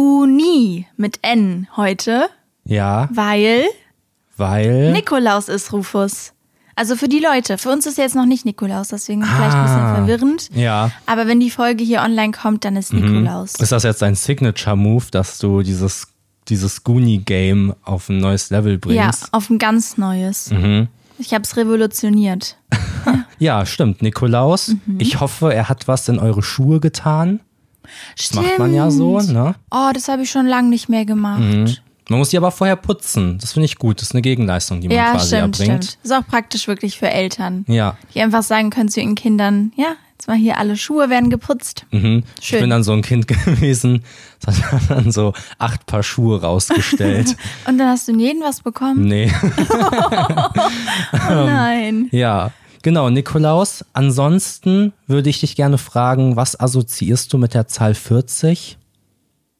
Guni mit N heute, Ja, weil weil. Nikolaus ist Rufus. Also für die Leute. Für uns ist jetzt noch nicht Nikolaus, deswegen vielleicht ein bisschen Ah. verwirrend. Ja. Aber wenn die Folge hier online kommt, dann ist Nikolaus. Ist Mhm. das jetzt dein Signature-Move, dass du dieses, dieses Goonie-Game auf ein neues Level Ja, bringst? auf ein ganz neues. Mhm. Ich habe es revolutioniert. Ja, stimmt. Nikolaus, Mhm. ich hoffe, er hat was in eure Schuhe getan. Das Stimmt. macht man ja so, ne? Mhm. Oh, das habe ich schon lange nicht mehr gemacht. Man muss die aber vorher putzen. Das finde ich gut. Das ist eine Gegenleistung, die man Ja, quasi stimmt, erbringt. stimmt. Ist auch praktisch wirklich für Eltern, Ja. die einfach sagen können zu ihren Kindern, ja, jetzt mal hier alle Schuhe werden geputzt. Mhm. Ich Schön. bin dann so ein Kind gewesen, das hat dann so acht Paar Schuhe rausgestellt. Und dann hast du in jeden was bekommen. nee. Oh Ähm. nein. Ja, genau, Nikolaus. Ansonsten würde ich dich gerne fragen, was assoziierst du mit der Zahl 40?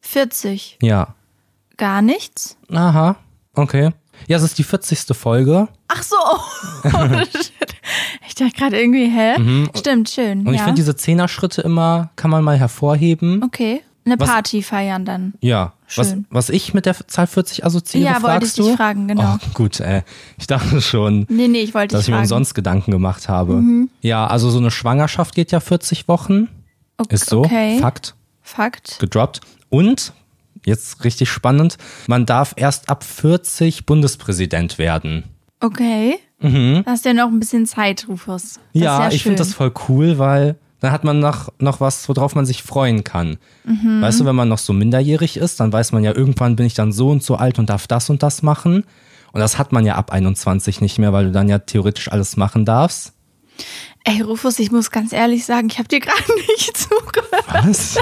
40. Ja. Gar nichts. Aha. Okay. Ja, es ist die 40. Folge. Ach so. Oh, shit. ich dachte gerade irgendwie, hä? Stimmt, schön. Mhm. Und ich ja. finde diese Zehner-Schritte immer, kann man mal hervorheben. okay. Eine Was- Party feiern dann. Ja. Was, Schön. was ich mit der Zahl 40 assoziiere, Ja, wollte ich fragst dich du? fragen, genau. Oh, gut, ey. Ich dachte schon. Nee, nee, ich wollte Dass ich dich mir fragen. Mhm. umsonst Gedanken gemacht habe. Ja, also so eine Schwangerschaft geht ja 40 Wochen. O- Ist so. Okay. Fakt. Fakt. gedroppt. Und, jetzt richtig spannend, man darf erst ab 40 Bundespräsident werden. Okay. Da hast du ja noch ein bisschen Zeit, Rufus. Das Mhm. ja, ist ich finde schön. das voll cool, weil dann hat man noch, noch was, worauf man sich freuen kann. Mhm. Weißt du, wenn man noch so minderjährig ist, dann weiß man ja, irgendwann bin ich dann so und so alt und darf das und das machen. Und das hat man ja ab 21 nicht mehr, weil du dann ja theoretisch alles machen darfst. Ey, Rufus, ich muss ganz ehrlich sagen, ich habe dir gerade nicht zugehört. Was?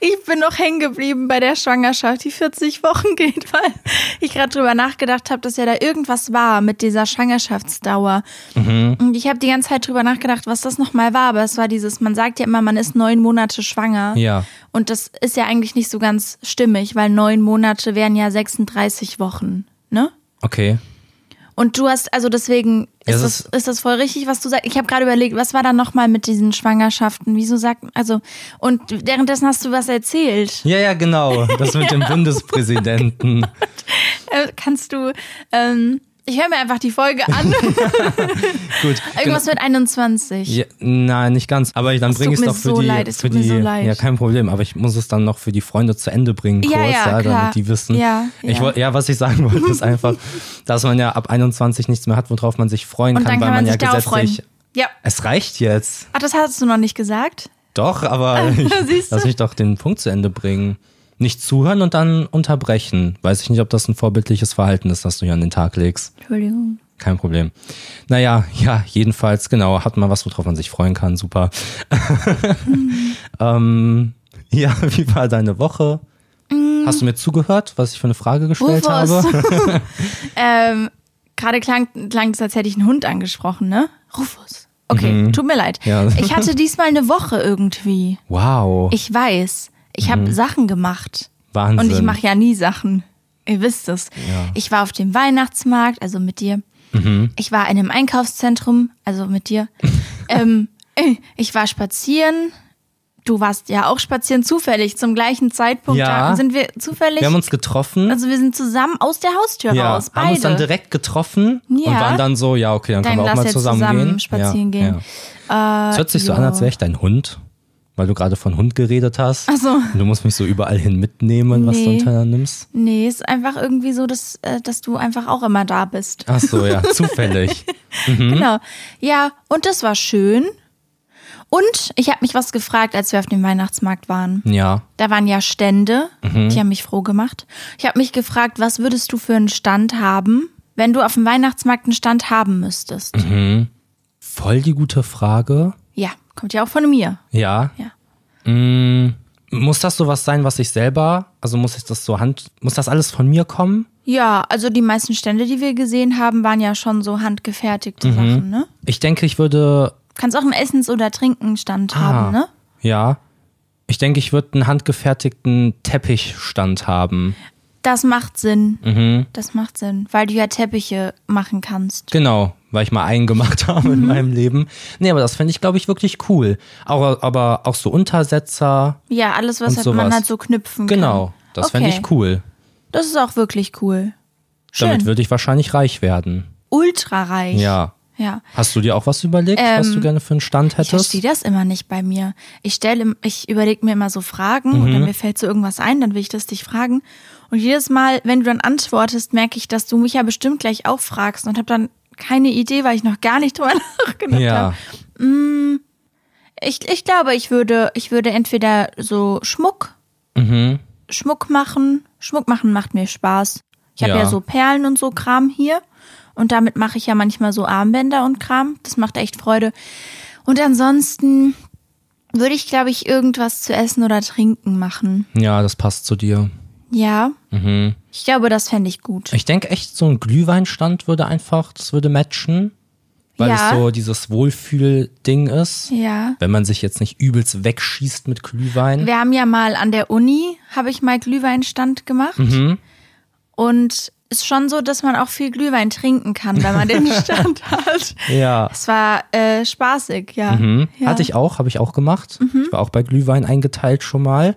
Ich bin noch hängen geblieben bei der Schwangerschaft, die 40 Wochen geht, weil ich gerade drüber nachgedacht habe, dass ja da irgendwas war mit dieser Schwangerschaftsdauer. Mhm. Und ich habe die ganze Zeit drüber nachgedacht, was das nochmal war. Aber es war dieses, man sagt ja immer, man ist neun Monate schwanger. Ja. Und das ist ja eigentlich nicht so ganz stimmig, weil neun Monate wären ja 36 Wochen, ne? Okay. Und du hast, also deswegen Ja, ist, es das, ist das voll richtig, was du sagst. Ich habe gerade überlegt, was war da nochmal mit diesen Schwangerschaften? Wieso sagt, also, und währenddessen hast du was erzählt. Ja, ja, genau. Das mit dem Bundespräsidenten. Äh, kannst du, ähm, ich höre mir einfach die Folge an. Gut. genau. Irgendwas mit 21. Ja, nein, nicht ganz. Aber ich, dann bringe tut ich es mir doch für so die. leid, es für tut mir die so leid. Ja, kein Problem. Aber ich muss es dann noch für die Freunde zu Ende bringen, kurz, Ja, ja, klar. damit die wissen. Ja, ich, ja. woll- ja, was ich sagen wollte, ist einfach, dass man ja ab 21 nichts mehr hat, worauf man sich freuen und dann kann, weil kann man ja sich darauf freuen. gesetzlich. Ja. Es reicht jetzt. Ach, das hast du noch nicht gesagt? Doch, aber ich, Siehst du? lass mich doch den Punkt zu Ende bringen. Nicht zuhören und dann unterbrechen. Weiß ich nicht, ob das ein vorbildliches Verhalten ist, das du hier an den Tag legst. Entschuldigung. Kein Problem. Naja, ja, jedenfalls, genau, hat man was, worauf man sich freuen kann, super. ähm, ja, wie war deine Woche? Mm. Hast du mir zugehört, was ich für eine Frage gestellt Rufus. habe? ähm, gerade klang, klang es, als hätte ich einen Hund angesprochen, ne? Rufus. Okay, tut mir leid. Mhm. Ja. Ich hatte diesmal eine Woche irgendwie. Wow. Ich weiß, ich Mhm. habe Sachen gemacht. Wahnsinn. Und ich mache ja nie Sachen. Ihr wisst es. Ich war auf dem Weihnachtsmarkt, also mit dir. Mhm. Ich war in einem Einkaufszentrum, also mit dir. ähm, äh, ich war spazieren. Du warst ja auch spazieren, zufällig, zum gleichen Zeitpunkt. Ja. Da sind wir zufällig. wir haben uns getroffen. also wir sind zusammen aus der Haustür ja, raus, beide. haben uns dann direkt getroffen Ja. und waren dann so, ja, okay, dann, Dann können wir auch lass mal jetzt zusammen, zusammen gehen. spazieren ja, gehen. Äh, Ja. Es hört sich so an, als wäre ich dein Hund, weil du gerade von Hund geredet hast. so. Und du musst mich so überall hin mitnehmen, was du Nee. unternimmst. Nee, ist einfach irgendwie so, dass, äh, dass du einfach auch immer da bist. Ach so, ja, zufällig. Mhm. Genau. Ja, und das war schön. Und ich habe mich was gefragt, als wir auf dem Weihnachtsmarkt waren. Ja. Da waren ja Stände, Mhm. die haben mich froh gemacht. Ich habe mich gefragt, was würdest du für einen Stand haben, wenn du auf dem Weihnachtsmarkt einen Stand haben müsstest? Mhm. Voll die gute Frage. Ja, kommt ja auch von mir. Ja. Ja. Mm, muss das sowas sein, was ich selber, also muss ich das so hand, muss das alles von mir kommen? Ja, also die meisten Stände, die wir gesehen haben, waren ja schon so Mhm. handgefertigte Sachen, ne? Ich denke, ich würde, Kannst auch einen Essens- oder Trinkenstand Ah. haben, ne? ja. Ich denke, ich würde einen handgefertigten Teppichstand haben. Mhm. Das macht Sinn. Das macht Sinn, weil du ja Teppiche machen kannst. Genau, weil ich mal einen gemacht habe Mhm. in meinem Leben. Nee, aber das fände ich, glaube ich, wirklich cool. Auch, aber auch so Untersetzer, Ja, alles, was Und halt sowas. man halt so knüpfen genau. kann. Das fände ich cool. Das ist auch wirklich cool. Schön. Damit würde ich wahrscheinlich reich werden. Ultrareich. Ja. Ja. Hast du dir auch was überlegt, Ähm, was du gerne für einen Stand Ich hättest? verstehe das immer nicht bei mir. Ich stelle, ich überlege mir immer so Fragen oder mir fällt so irgendwas ein, dann will ich das dich fragen. Und jedes Mal, wenn du dann antwortest, merke ich, dass du mich ja bestimmt gleich auch fragst und habe dann keine Idee, weil ich noch gar nicht drüber nachgedacht Ja. habe. Ich, ich glaube, ich würde, ich würde entweder so Schmuck, Mhm. Schmuck machen. Schmuck machen macht mir Spaß. Ich habe Ja. ja. so Perlen und so Kram hier. Und damit mache ich ja manchmal so Armbänder und Kram. Das macht echt Freude. Und ansonsten würde ich, glaube ich, irgendwas zu essen oder trinken machen. Ja, das passt zu dir. Mhm. Ja. Ich glaube, das fände ich gut. Ich denke echt, so ein Glühweinstand würde einfach, das würde matchen, weil Ja. es so dieses Wohlfühl-Ding ist. Ja. Wenn man sich jetzt nicht übelst wegschießt mit Glühwein. Wir haben ja mal an der Uni, habe ich mal Glühweinstand gemacht. Mhm. Und ist schon so, dass man auch viel Glühwein trinken kann, wenn man den Stand hat. ja. Es war äh, spaßig, ja. ja. Mhm. Mhm. Hatte ich auch, habe ich auch gemacht. Ich war auch bei Glühwein eingeteilt schon mal.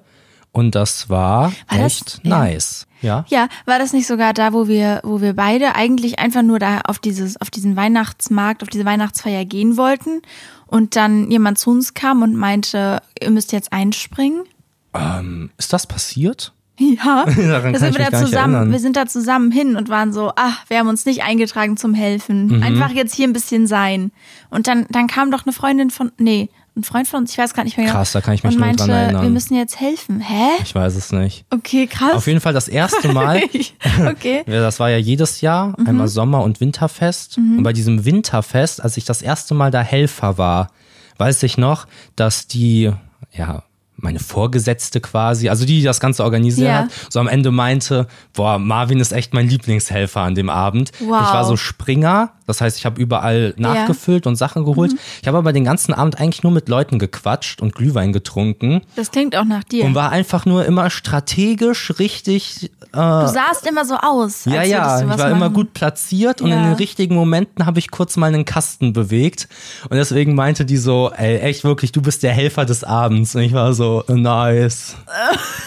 Und das war, War das- echt ja. nice. Ja. Ja, war das nicht sogar da, wo wir, wo wir beide eigentlich einfach nur da auf dieses, auf diesen Weihnachtsmarkt, auf diese Weihnachtsfeier gehen wollten und dann jemand zu uns kam und meinte, ihr müsst jetzt einspringen? Ähm, Ist das passiert? Ja. Daran Da kann ich sind mich wir, da gar nicht zusammen, wir erinnern. sind da zusammen hin und waren so, ach, wir haben uns nicht eingetragen zum Helfen. Mhm. Einfach jetzt hier ein bisschen sein. Und dann, dann kam doch eine Freundin von, nee, ein Freund von uns, ich weiß gar nicht mehr genau. Krass, da kann ich mich und nur dran meinte, erinnern. wir müssen jetzt helfen. Hä? Ich weiß es nicht. Okay, krass. Auf jeden Fall das erste Mal. okay. Ja, Das war ja jedes Jahr Mhm. einmal Sommer- und Winterfest. Und bei diesem Winterfest, als ich das erste Mal da Helfer war, weiß ich noch, dass die, ja, meine Vorgesetzte quasi, also die, die das Ganze organisiert Ja. hat, so am Ende meinte, boah, Marvin ist echt mein Lieblingshelfer an dem Abend. Ich Wow. war so Springer, das heißt, ich habe überall nachgefüllt und Sachen Mhm. geholt. Ich habe aber den ganzen Abend eigentlich nur mit Leuten gequatscht und Glühwein getrunken Das klingt auch nach dir. und war einfach nur immer strategisch richtig Du sahst immer so aus. ja, als ja, würdest ich du war was immer machen. gut platziert und in Ja. den richtigen Momenten habe ich kurz mal einen Kasten bewegt. Und deswegen meinte die so, ey, echt wirklich, du bist der Helfer des Abends. Und ich war so, nice.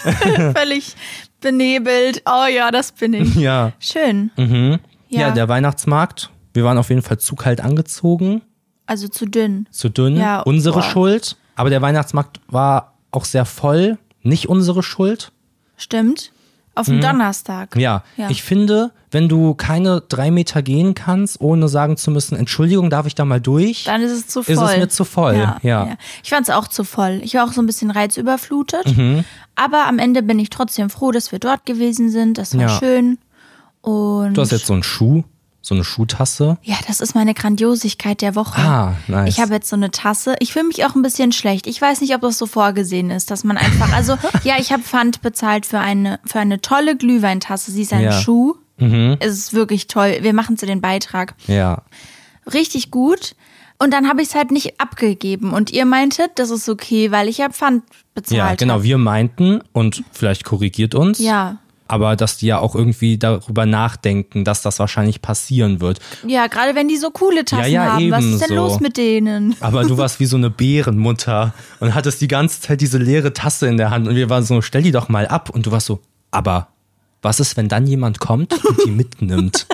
Völlig benebelt. Oh ja, das bin ich. Ja. Mhm. Schön. ja. Ja, der Weihnachtsmarkt. Wir waren auf jeden Fall zu kalt angezogen, also zu dünn. zu dünn. Ja, unsere boah. Schuld. Aber der Weihnachtsmarkt war auch sehr voll. Nicht unsere Schuld. Stimmt. Auf dem Donnerstag. Mhm. Ja, Ja. ich finde, wenn du keine drei Meter gehen kannst, ohne sagen zu müssen, Entschuldigung, darf ich da mal durch? Dann ist es zu voll. Ist es mir zu voll, ja. Ich fand es auch zu voll. Ich war auch so ein bisschen reizüberflutet. Mhm. Aber am Ende bin ich trotzdem froh, dass wir dort gewesen sind. Das war Ja. schön. Und du hast jetzt so einen Schuh, so eine Schuhtasse. ja, das ist meine Grandiosigkeit der Woche. Ah, nice. Ich habe jetzt so eine Tasse. Ich fühle mich auch ein bisschen schlecht. Ich weiß nicht, ob das so vorgesehen ist, dass man einfach. Also, ja, ich habe Pfand bezahlt für eine, für eine tolle Glühweintasse. Sie ist ein Ja. Mhm. Schuh. Es ist wirklich toll. Wir machen zu den Beitrag. Ja. Richtig gut. Und dann habe ich es halt nicht abgegeben. Und ihr meintet, das ist okay, weil ich ja Pfand bezahlt Ja, genau. habe. Wir meinten und vielleicht korrigiert uns. Ja. Aber dass die ja auch irgendwie darüber nachdenken, dass das wahrscheinlich passieren wird. Ja, gerade wenn die so coole Tassen ja, haben. Was ist denn ebenso. los mit denen? Aber du warst wie so eine Bärenmutter und hattest die ganze Zeit diese leere Tasse in der Hand und wir waren so, stell die doch mal ab. Und du warst so, aber was ist, wenn dann jemand kommt und die mitnimmt?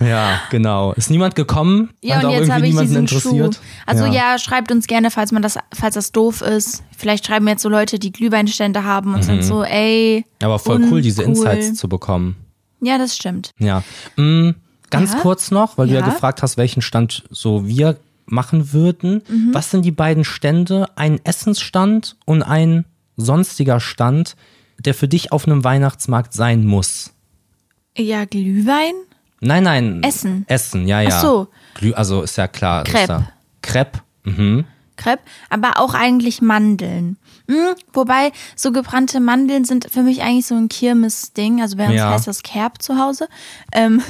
ja, genau. Ist niemand gekommen? Ja, Hat und auch jetzt irgendwie habe ich niemanden diesen Schuh. interessiert? Also ja. schreibt uns gerne, falls man das, falls das doof ist. Vielleicht schreiben jetzt so Leute, die Glühweinstände haben und Mhm. sind so, ey. Aber voll cool, diese uncool. Insights zu bekommen. Ja, das stimmt. Ja. Mm, ganz Ja? kurz noch, weil du ja Ja? gefragt hast, welchen Stand so wir machen würden. Mhm. Was sind die beiden Stände? Ein Essensstand und ein sonstiger Stand, der für dich auf einem Weihnachtsmarkt sein muss. Ja, Glühwein? Nein, nein. Essen. Essen, ja, ja. Ach so. Glü also ist ja klar. Crepe. Ist da. Crepe. Mhm. Crepe, aber auch eigentlich Mandeln. Hm, wobei, so gebrannte Mandeln sind für mich eigentlich so ein Kirmes-Ding. Also bei uns Ja. Mhm. heißt das Kerb zu Hause. Ähm,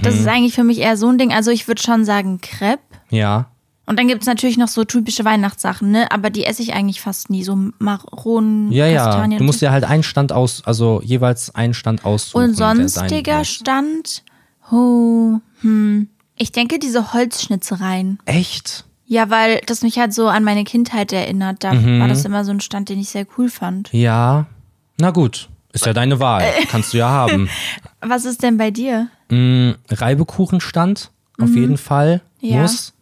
Das ist eigentlich für mich eher so ein Ding. Also ich würde schon sagen Crepe. Ja. Und dann gibt's natürlich noch so typische Weihnachtssachen, ne? Aber die esse ich eigentlich fast nie. So Maronen, Ja, ja. Kastanien. Du musst ja dir halt einen Stand aus, also jeweils einen Stand aussuchen. und der sein sonstiger wird. Stand. Oh, hm. Ich denke, diese Holzschnitzereien. Echt? Ja, weil das mich halt so an meine Kindheit erinnert. Da Mhm. war das immer so ein Stand, den ich sehr cool fand. Ja. Na gut. Ist ja deine Wahl. Äh. Kannst du ja haben. Was ist denn bei dir? Mm, Reibekuchenstand, auf jeden Fall. Mhm. Ja. Muss.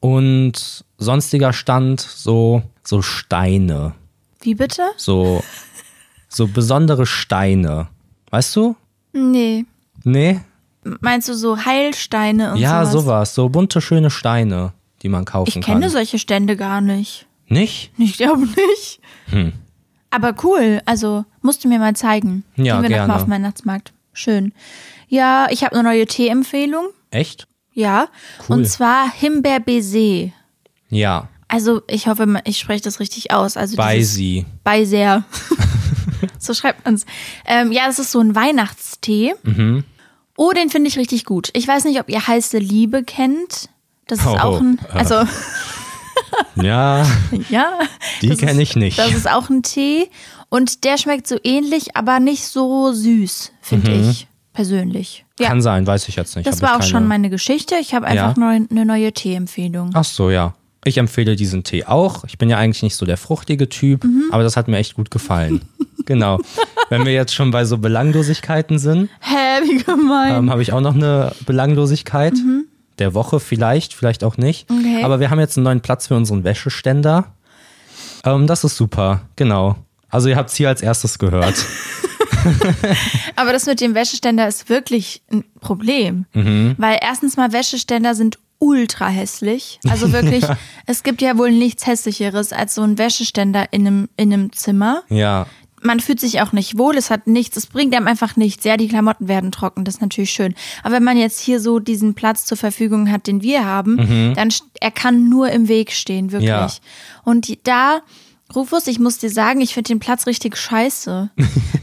Und sonstiger Stand, so, so Steine. Wie bitte? So, so besondere Steine. Weißt du? Nee. Nee? Meinst du so Heilsteine und ja, sowas? sowas. So bunte, schöne Steine, die man kaufen Ich kann. kenne solche Stände gar nicht. Nicht? Ich glaube nicht. Hm. Aber cool. Also, musst du mir mal zeigen. Ja, Gehen wir gerne. nochmal auf den Weihnachtsmarkt. Schön. Ja, ich habe eine neue Tee-Empfehlung. Echt? Ja. Cool. Und zwar Himbeer-Baiser. Ja. Also, ich hoffe, ma- ich spreche das richtig aus. Also Bei dieses- sie. bei sehr. so schreibt man's. Ähm, ja, das ist so ein Weihnachtstee. Mhm. Oh, den finde ich richtig gut. Ich weiß nicht, ob ihr heiße Liebe kennt. Das ist Oh, auch ein. äh. Also, Ja. ja. Die das ist- kenn ich nicht. Das ist auch ein Tee. Und der schmeckt so ähnlich, aber nicht so süß, finde ich persönlich. Ja, Mhm. Kann sein, weiß ich jetzt nicht. das Hab war ich auch keine- schon meine Geschichte. Ich habe einfach Ja. Ah. neu, eine neue Tee-Empfehlung. Ach so, ja. Ich empfehle diesen Tee auch. Ich bin ja eigentlich nicht so der fruchtige Typ, Mhm. aber das hat mir echt gut gefallen. genau. Wenn wir jetzt schon bei so Belanglosigkeiten sind, Hä, wie gemein. ähm, habe ich auch noch eine Belanglosigkeit. Der Woche vielleicht, vielleicht auch nicht. Mhm. Okay. Aber wir haben jetzt einen neuen Platz für unseren Wäscheständer. Ähm, das ist super, genau. Also ihr habt es hier als erstes gehört. Aber das mit dem Wäscheständer ist wirklich ein Problem. Weil erstens mal Wäscheständer sind ultra hässlich. Also wirklich, es gibt ja wohl nichts hässlicheres als so ein Wäscheständer in einem, in einem Zimmer. ja, Man fühlt sich auch nicht wohl, es hat nichts, es bringt einem einfach nichts. Ja, die Klamotten werden trocken, das ist natürlich schön. Aber wenn man jetzt hier so diesen Platz zur Verfügung hat, den wir haben, dann st- er kann nur im Weg stehen, wirklich. Mhm. Ja. Und die, da, Rufus, ich muss dir sagen, ich finde den Platz richtig scheiße.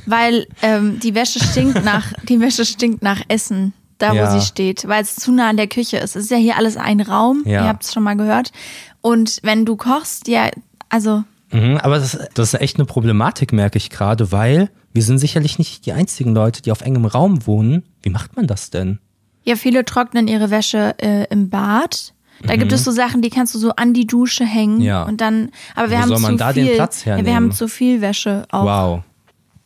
weil ähm, die Wäsche stinkt nach, die Wäsche stinkt nach Essen, da Ja. wo sie steht, weil es zu nah an der Küche ist. Es ist ja hier alles ein Raum, Ja. ihr habt es schon mal gehört. Und wenn du kochst, ja, also Mhm, aber das, das ist echt eine Problematik, merke ich gerade, weil wir sind sicherlich nicht die einzigen Leute, die auf engem Raum wohnen. Wie macht man das denn? Ja, viele trocknen ihre Wäsche äh, im Bad. Da gibt es so Sachen, die kannst du so an die Dusche hängen Mhm. Ja. und dann. Aber wir Wo haben soll zu man da den viel. Platz ja, wir hernehmen? haben zu viel Wäsche auch. Wow.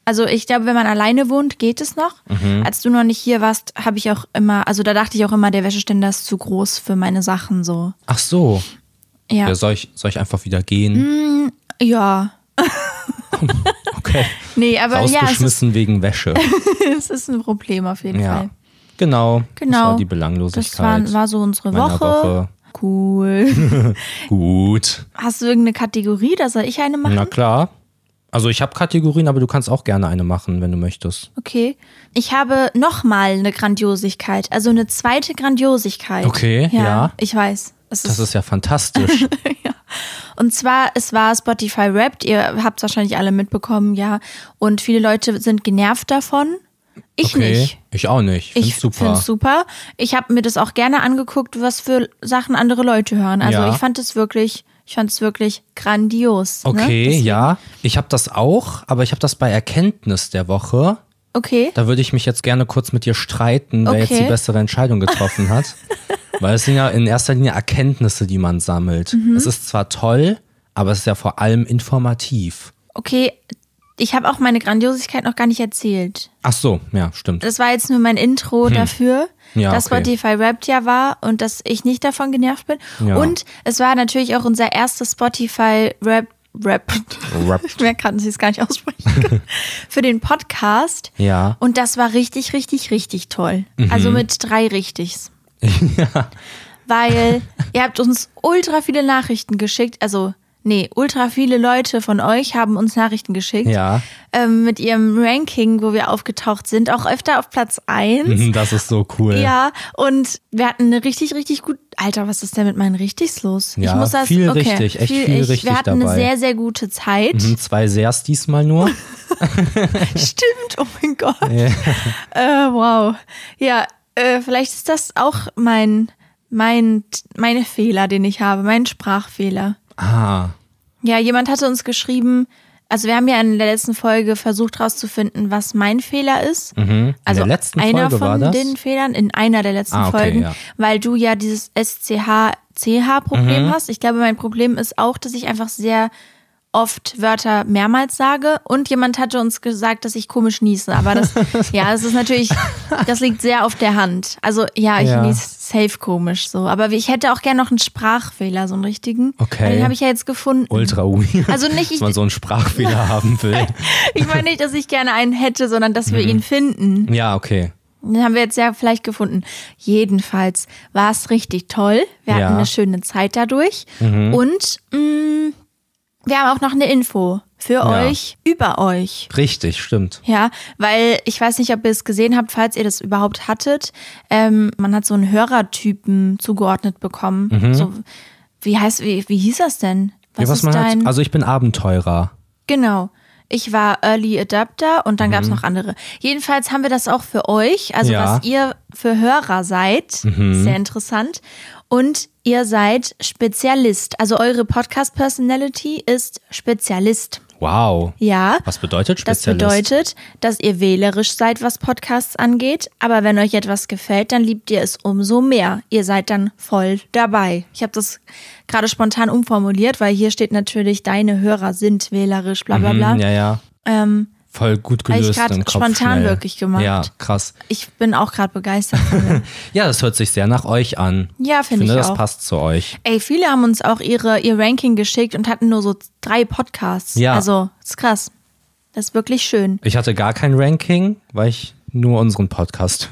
Also ich glaube, wenn man alleine wohnt, geht es noch. Mhm. Als du noch nicht hier warst, habe ich auch immer, also da dachte ich auch immer, der Wäscheständer ist zu groß für meine Sachen so. Ach so. Ja, Mhm. Ja, soll, ich, soll ich einfach wieder gehen? ja. Okay. nee, aber ja, es ist, Rausgeschmissen wegen Wäsche. es ist ein Problem auf jeden Ja. Fall. Genau. Genau. Das war die Das Belanglosigkeit. war, war so unsere meiner Woche. Woche. Cool. Gut. Hast du irgendeine Kategorie, da soll ich eine machen? Na klar. Also ich habe Kategorien, aber du kannst auch gerne eine machen, wenn du möchtest. Okay. Ich habe nochmal eine Grandiosigkeit, also eine zweite Grandiosigkeit. Okay, ja. Ich weiß. Es Das ist, ist ja fantastisch. und zwar, es war Spotify Wrapped, ihr habt es wahrscheinlich alle mitbekommen, ja. Und viele Leute sind genervt davon. Ich Okay. nicht. Ich auch nicht. Find's Ich super. finde es super. Ich habe mir das auch gerne angeguckt, was für Sachen andere Leute hören. Also Ja. ich fand es wirklich, ich fand es wirklich grandios. Okay, ne? Deswegen- ja. Ich habe das auch, aber ich habe das bei Erkenntnis der Woche. Okay. Da würde ich mich jetzt gerne kurz mit dir streiten, wer jetzt Okay. die bessere Entscheidung getroffen hat. Weil es sind ja in erster Linie Erkenntnisse, die man sammelt. Mhm. Es ist zwar toll, aber es ist ja vor allem informativ. Okay. Ich habe auch meine Grandiosigkeit noch gar nicht erzählt. Ach so, ja, stimmt. das war jetzt nur mein Intro dafür, Hm. Ja, dass okay. Spotify Wrapped ja war und dass ich nicht davon genervt bin. Ja. Und es war natürlich auch unser erstes Spotify Rap. Rap. Wrapped. Ich merke gerade, dass ich es gar nicht aussprechen kann. Für den Podcast. Ja. Mhm. Und das war richtig, richtig, richtig toll. Also mit drei Richtigs. Weil ihr habt uns ultra viele Nachrichten geschickt. Also, nee, ultra viele Leute von euch haben uns Nachrichten geschickt. Ja. Ähm, mit ihrem Ranking, wo wir aufgetaucht sind, auch öfter auf Platz 1. Mhm, Das ist so cool. Ja, und wir hatten eine richtig, richtig gut. Alter, was ist denn mit meinen Richtigs los? Ja, viel richtig, echt viel ich, richtig Wir hatten dabei. eine sehr, sehr gute Zeit. Mhm, Zwei Sehrs diesmal nur. Stimmt, oh mein Gott. Äh, wow. Ja, äh, vielleicht ist das auch mein, mein, meine Fehler, den ich habe, mein Sprachfehler. Ah, Ja, jemand hatte uns geschrieben, Also wir haben ja in der letzten Folge versucht herauszufinden, was mein Fehler ist. Also Mhm. der letzten einer Folge von war das? den Fehlern in einer der letzten Ah, okay, Folgen, ja. weil du ja dieses Mhm. SCH-CH-Problem hast. Ich glaube, mein Problem ist auch, dass ich einfach sehr oft Wörter mehrmals sage und jemand hatte uns gesagt, dass ich komisch niese, aber das ja, das ist natürlich das liegt sehr auf der Hand. Also ja, ich Ja. niese safe komisch so, aber ich hätte auch gern noch einen Sprachfehler, so einen richtigen. Okay. Weil Den habe ich ja jetzt gefunden. Ultra weird. Also nicht- dass man so einen Sprachfehler haben will. Ich meine nicht, dass ich gerne einen hätte, sondern dass Mhm. wir ihn finden. Ja, okay. Den haben wir jetzt ja vielleicht gefunden. Jedenfalls war es richtig toll. Wir Ja. Mhm. hatten eine schöne Zeit dadurch. Und mh, wir haben auch noch eine Info für Ja. euch, über euch. Richtig, stimmt. Ja, weil ich weiß nicht, ob ihr es gesehen habt, falls ihr das überhaupt hattet. Ähm, man hat so einen Hörertypen zugeordnet bekommen. So, wie heißt, wie, wie hieß das denn? Mhm. ja, was man hat, also ich bin Abenteurer. Genau. Ich war Early Adapter und dann gab's noch andere. Jedenfalls haben wir das auch für euch, also Mhm. Ja. Mhm. was ihr für Hörer seid, sehr interessant. Und ihr seid Spezialist, also eure Podcast-Personality ist Spezialist. Wow. Ja. Was bedeutet Das Spezialist? bedeutet, dass ihr wählerisch seid, was Podcasts angeht, aber wenn euch etwas gefällt, dann liebt ihr es umso mehr. Ihr seid dann voll dabei. Ich habe das gerade spontan umformuliert, weil hier steht natürlich, deine Hörer sind wählerisch, bla bla Hm, bla. ja, ja. Ähm, Voll gut ich gelöst grad im Kopf. spontan schnell. wirklich gemacht. Ja, krass. ich bin auch gerade begeistert. von mir. Ja, das hört sich sehr nach euch an. Ja, Ich finde finde, ich das auch. passt zu euch. Ey, viele haben uns auch ihre, ihr Ranking geschickt und hatten nur so drei Podcasts. Ja. Also, ist krass. Das ist wirklich schön. Ich hatte gar kein Ranking, weil ich nur unseren Podcast,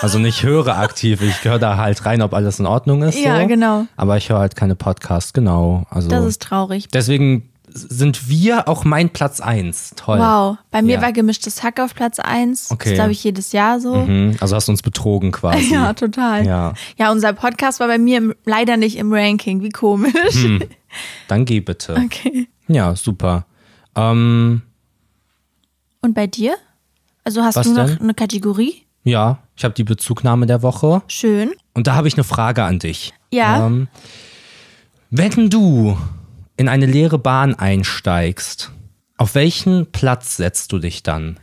also nicht höre aktiv. Ich höre da halt rein, ob alles in Ordnung ist. Ja, so. genau. Aber ich höre halt keine Podcasts, genau. Also Das ist traurig. deswegen sind wir auch mein Platz eins. Toll. Wow, bei mir Ja. war gemischtes Hack auf Platz 1. Okay. Das glaube ich jedes Jahr so. Mhm, Also hast du uns betrogen quasi. Ja, total. Ja. Ja, unser Podcast war bei mir im, leider nicht im Ranking. Wie komisch. Hm. Dann geh bitte. Okay. Ja, super. Ähm, Und bei dir? Also hast Was du noch denn? eine Kategorie? ja, ich habe die Bezugnahme der Woche. Schön. Und da habe ich eine Frage an dich. Ja. Ähm, wenn du in eine leere Bahn einsteigst, auf welchen Platz setzt du dich dann?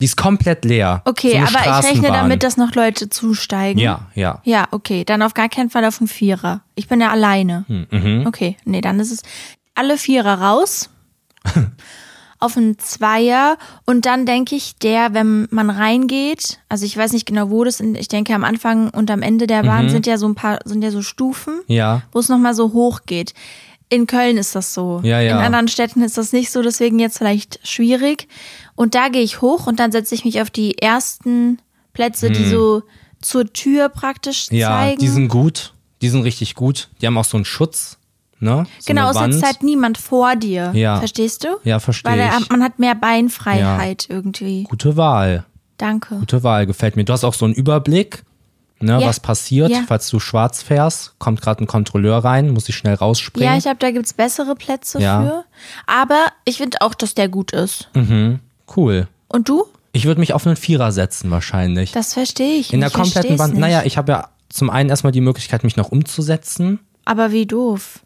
Die ist komplett leer. so Okay, eine aber ich rechne Straßenbahn. damit, dass noch Leute zusteigen. Ja, ja. Ja, okay. Dann auf gar keinen Fall auf den Vierer. Ich bin ja alleine. Hm, mhm. Okay, nee, dann ist es alle Vierer raus. auf einen Zweier und dann denke ich, der, wenn man reingeht, also ich weiß nicht genau, wo das, in- ich denke am Anfang und am Ende der Mhm. Bahn sind ja so ein paar, sind ja so Stufen, Ja. wo es nochmal so hoch geht. In Köln ist das so. Ja, ja. In anderen Städten ist das nicht so, deswegen jetzt vielleicht schwierig. Und da gehe ich hoch und dann setze ich mich auf die ersten Plätze, die so zur Tür praktisch Hm. Ja, zeigen. die sind gut. Die sind richtig gut. Die haben auch so einen Schutz. Ne? So genau, eine es Wand. sitzt halt niemand vor dir. Ja. Verstehst du? Ja, verstehe Weil da- ich. man hat mehr Beinfreiheit irgendwie. Gute Wahl. Danke. Gute Wahl, gefällt mir. Du hast auch so einen Überblick, ne, Ja. was passiert, Ja. falls du schwarz fährst. Kommt gerade ein Kontrolleur rein, muss ich schnell rausspringen. Ja, ich glaube, da gibt's bessere Plätze Ja. Hm. für. Aber ich finde auch, dass der gut ist. cool. Und du? Ich würde mich auf einen Vierer setzen wahrscheinlich. Das verstehe ich. In der nicht. Ich kompletten versteh's Wand. Nicht. Naja, ich habe ja zum einen erstmal die Möglichkeit, mich noch umzusetzen. Aber wie doof.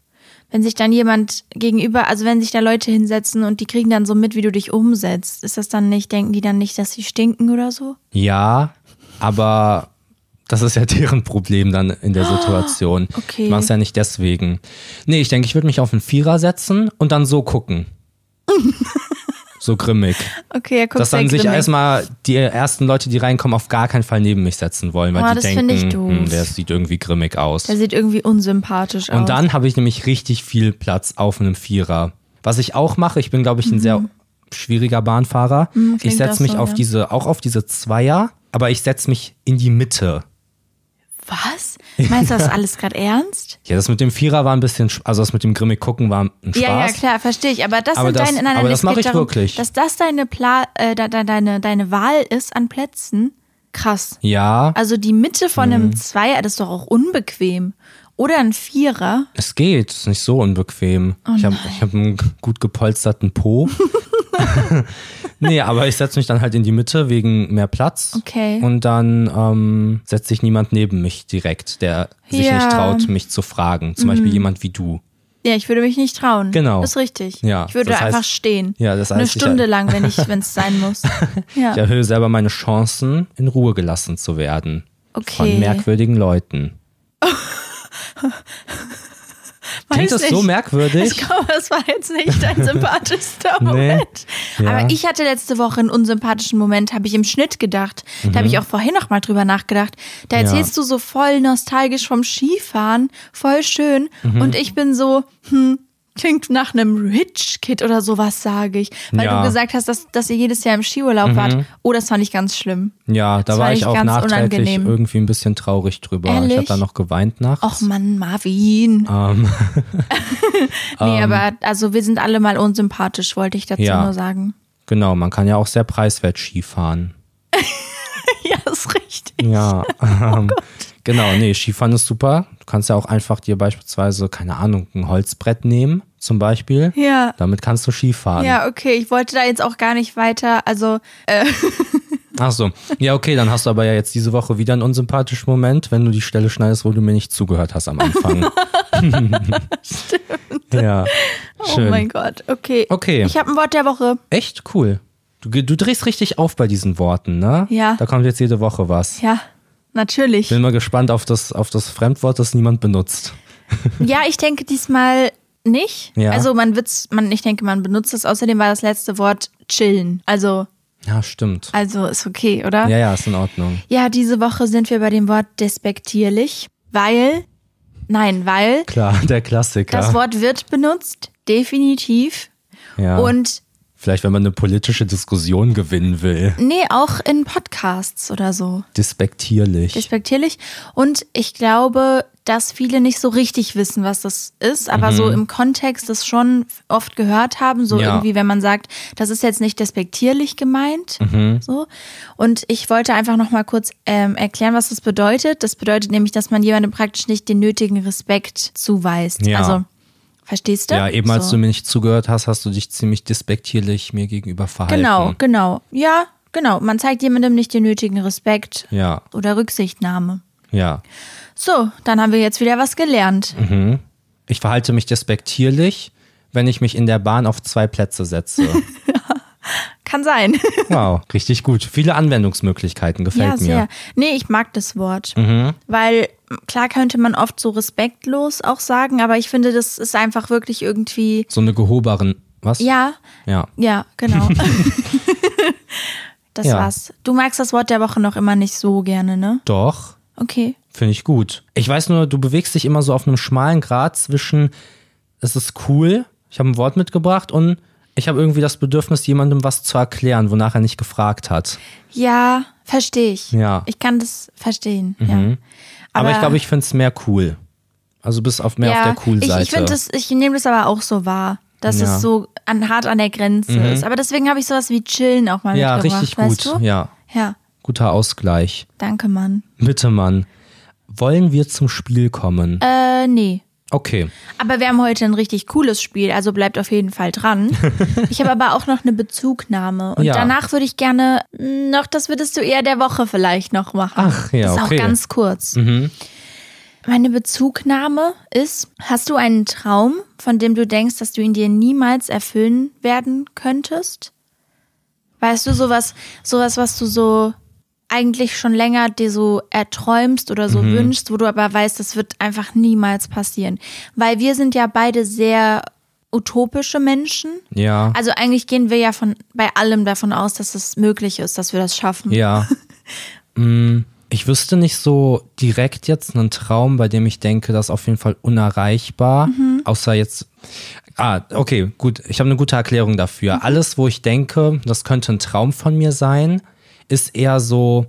Wenn sich dann jemand gegenüber, also wenn sich da Leute hinsetzen und die kriegen dann so mit, wie du dich umsetzt, ist das dann nicht, denken die dann nicht, dass sie stinken oder so? Ja, aber das ist ja deren Problem dann in der Situation. Ah, okay. Ich mach's ja nicht deswegen. Nee, ich denke, ich würde mich auf einen Vierer setzen und dann so gucken. so grimmig. Okay, er guckt dass dann sehr sich grimmig. erstmal die ersten Leute, die reinkommen, auf gar keinen Fall neben mich setzen wollen, weil Oh, die das denken, finde ich doof. "Hm, der sieht irgendwie grimmig aus. Der sieht irgendwie unsympathisch aus. Und dann habe ich nämlich richtig viel Platz auf einem Vierer. Was ich auch mache, ich bin, glaube ich, ein sehr schwieriger Bahnfahrer. ich Mhm. klingt setze auch mich so, auf ja. diese, auch auf diese Zweier, aber ich setze mich in die Mitte. Was? Meinst du das alles gerade ernst? Ja, das mit dem Vierer war ein bisschen, sch- also das mit dem grimmig gucken war ein Spaß. Ja, ja, klar, verstehe ich. Aber das Aber sind das- deine, nein, nein, aber es das mache geht ich darum, wirklich. Dass das deine, Pla äh, de de deine, deine Wahl ist an Plätzen, krass. Ja, Also die Mitte von Mhm. einem Zweier, das ist doch auch unbequem. Oder ein Vierer. es geht, ist nicht so unbequem. Oh ich habe ich hab einen gut gepolsterten Po. nee, aber ich setze mich dann halt in die Mitte wegen mehr Platz. Okay. Und dann ähm, setzt sich niemand neben mich direkt, der sich Ja. Mhm. nicht traut, mich zu fragen. Zum Beispiel jemand wie du. Ja, ich würde mich nicht trauen. Genau. Ist richtig. Ja, Ich würde das heißt- einfach stehen. Ja, das Eine heißt, ich- Stunde lang, wenn ich, wenn es sein muss. Ich Ja. erhöhe selber meine Chancen, in Ruhe gelassen zu werden. Von Okay. merkwürdigen Leuten. Klingt das so merkwürdig? Ich glaube, das war jetzt nicht dein sympathischster Moment. Nee. Ja. Aber ich hatte letzte Woche einen unsympathischen Moment, habe ich im Schnitt gedacht. Da Mhm. habe ich auch vorhin noch mal drüber nachgedacht. Da erzählst du so voll nostalgisch vom Skifahren, voll schön. Mhm. Und ich bin so, hm, klingt nach einem Rich Kid oder sowas, sage ich. Weil Ja. Mhm. du gesagt hast, dass, dass ihr jedes Jahr im Skiurlaub wart. Oh, das fand ich ganz schlimm. Ja, da Das war fand ich ich auch ganz nachträglich unangenehm. irgendwie ein bisschen traurig drüber. Ich habe Ehrlich? da noch geweint nachts. Och Mann, Marvin. Ähm. nee, aber also wir sind alle mal unsympathisch, wollte ich dazu Ja. nur sagen. Genau, man kann ja auch sehr preiswert Skifahren. Ja, ist richtig. Ja, Oh ähm, genau, nee, Skifahren ist super. Du kannst ja auch einfach dir beispielsweise, keine Ahnung, ein Holzbrett nehmen, zum Beispiel. Ja. Damit kannst du Skifahren. Ja, okay, ich wollte da jetzt auch gar nicht weiter. Also, Ach so. Ja, okay, dann hast du aber ja jetzt diese Woche wieder einen unsympathischen Moment, wenn du die Stelle schneidest, wo du mir nicht zugehört hast am Anfang. Stimmt. Ja. Schön. oh mein Gott, okay. Okay. Ich habe ein Wort der Woche. Echt cool. Du, ge- du drehst richtig auf bei diesen Worten, ne? Ja. Da kommt jetzt jede Woche was. Ja, natürlich. Bin mal gespannt auf das, auf das Fremdwort, das niemand benutzt. Ja, ich denke diesmal nicht. Ja. Also, man wird's, man, ich denke, man benutzt es. Außerdem war das letzte Wort chillen. Also, Ja, stimmt. also ist okay, oder? Ja, ja, ist in Ordnung. Ja, diese Woche sind wir bei dem Wort despektierlich, weil, nein, weil Klar, der Klassiker. das Wort wird benutzt, definitiv. ja. Und Vielleicht, wenn man eine politische Diskussion gewinnen will. nee, auch in Podcasts oder so. Despektierlich. Despektierlich. Und ich glaube, dass viele nicht so richtig wissen, was das ist, aber so im Kontext das schon oft gehört haben, so Mhm. Ja. irgendwie, wenn man sagt, das ist jetzt nicht despektierlich gemeint. Mhm. So. Und ich wollte einfach nochmal kurz ähm, erklären, was das bedeutet. Das bedeutet nämlich, dass man jemandem praktisch nicht den nötigen Respekt zuweist. Ja. Also, verstehst du? ja, eben als so. du mir nicht zugehört hast, hast du dich ziemlich despektierlich mir gegenüber verhalten. Genau, genau. Ja, genau. Man zeigt jemandem nicht den nötigen Respekt Ja, oder Rücksichtnahme. ja. So, dann haben wir jetzt wieder was gelernt. Mhm. Ich verhalte mich despektierlich, wenn ich mich in der Bahn auf zwei Plätze setze. Kann sein. wow, richtig gut. Viele Anwendungsmöglichkeiten, gefällt ja, sehr. mir. Mhm. Nee, ich mag das Wort. Weil m, klar könnte man oft so respektlos auch sagen, aber ich finde, das ist einfach wirklich irgendwie. So eine gehobaren, was? Ja, Ja. ja, genau. das Ja. war's. Du magst das Wort der Woche noch immer nicht so gerne, ne? Doch, Okay. finde ich gut. Ich weiß nur, du bewegst dich immer so auf einem schmalen Grat zwischen, es ist cool, ich habe ein Wort mitgebracht und ich habe irgendwie das Bedürfnis, jemandem was zu erklären, wonach er nicht gefragt hat. Ja, verstehe ich. Ja. Mhm. Ich kann das verstehen. Ja. Aber, ich glaube, ich finde es mehr cool. Also bis auf mehr auf der cool ich, Seite. ich finde das, ich nehme das aber auch so wahr, dass Ja. Mhm. es so an, hart an der Grenze ist. Aber deswegen habe ich sowas wie Chillen auch mal ja, mitgebracht, richtig weißt gut. du? Ja, Ja, guter Ausgleich. danke, Mann. Bitte, Mann. Wollen wir zum Spiel kommen? Äh, nee. Okay. Aber wir haben heute ein richtig cooles Spiel, also bleibt auf jeden Fall dran. Ich habe aber auch noch eine Bezugnahme. Und Ja. danach würde ich gerne mm, noch, das würdest du eher der Woche vielleicht noch machen. Ach, ja, Das ist okay. Mhm. auch ganz kurz. Meine Bezugnahme ist, hast du einen Traum, von dem du denkst, dass du ihn dir niemals erfüllen werden könntest? Weißt du, sowas, sowas, was du so eigentlich schon länger dir so erträumst oder so Mhm. wünschst, wo du aber weißt, das wird einfach niemals passieren. Weil wir sind ja beide sehr utopische Menschen. Ja. Also eigentlich gehen wir ja von bei allem davon aus, dass es möglich ist, dass wir das schaffen. ja. Mm, ich wüsste nicht so direkt jetzt einen Traum, bei dem ich denke, das ist auf jeden Fall unerreichbar. Außer jetzt. Ah, okay, gut. Ich habe eine gute Erklärung dafür. Alles, wo ich denke, das könnte ein Traum von mir sein, ist eher so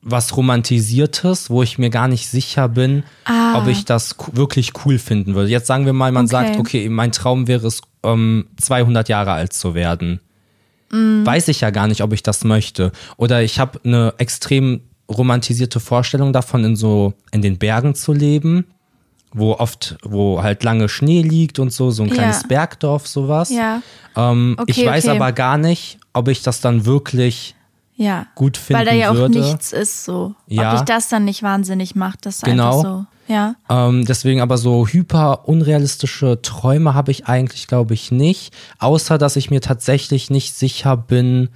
was Romantisiertes, wo ich mir gar nicht sicher bin, ob ich das ku- wirklich cool finden würde. Jetzt sagen wir mal, man Okay. sagt, okay, mein Traum wäre es, ähm, 200 Jahre alt zu werden. Mhm. Weiß ich ja gar nicht, ob ich das möchte. Oder ich habe eine extrem romantisierte Vorstellung davon, in so in den Bergen zu leben, wo oft, wo halt lange Schnee liegt und so, so ein Ja. kleines Bergdorf, sowas. Ja. Ähm, ich Okay, weiß okay. aber gar nicht, ob ich das dann wirklich Ja. gut finden Weil da ja auch würde. nichts ist so. Ja. Ob dich das dann nicht wahnsinnig macht, das ist Genau. einfach so. Ja. Ähm, deswegen aber so hyper unrealistische Träume habe ich eigentlich, glaube ich, nicht. Außer, dass ich mir tatsächlich nicht sicher bin,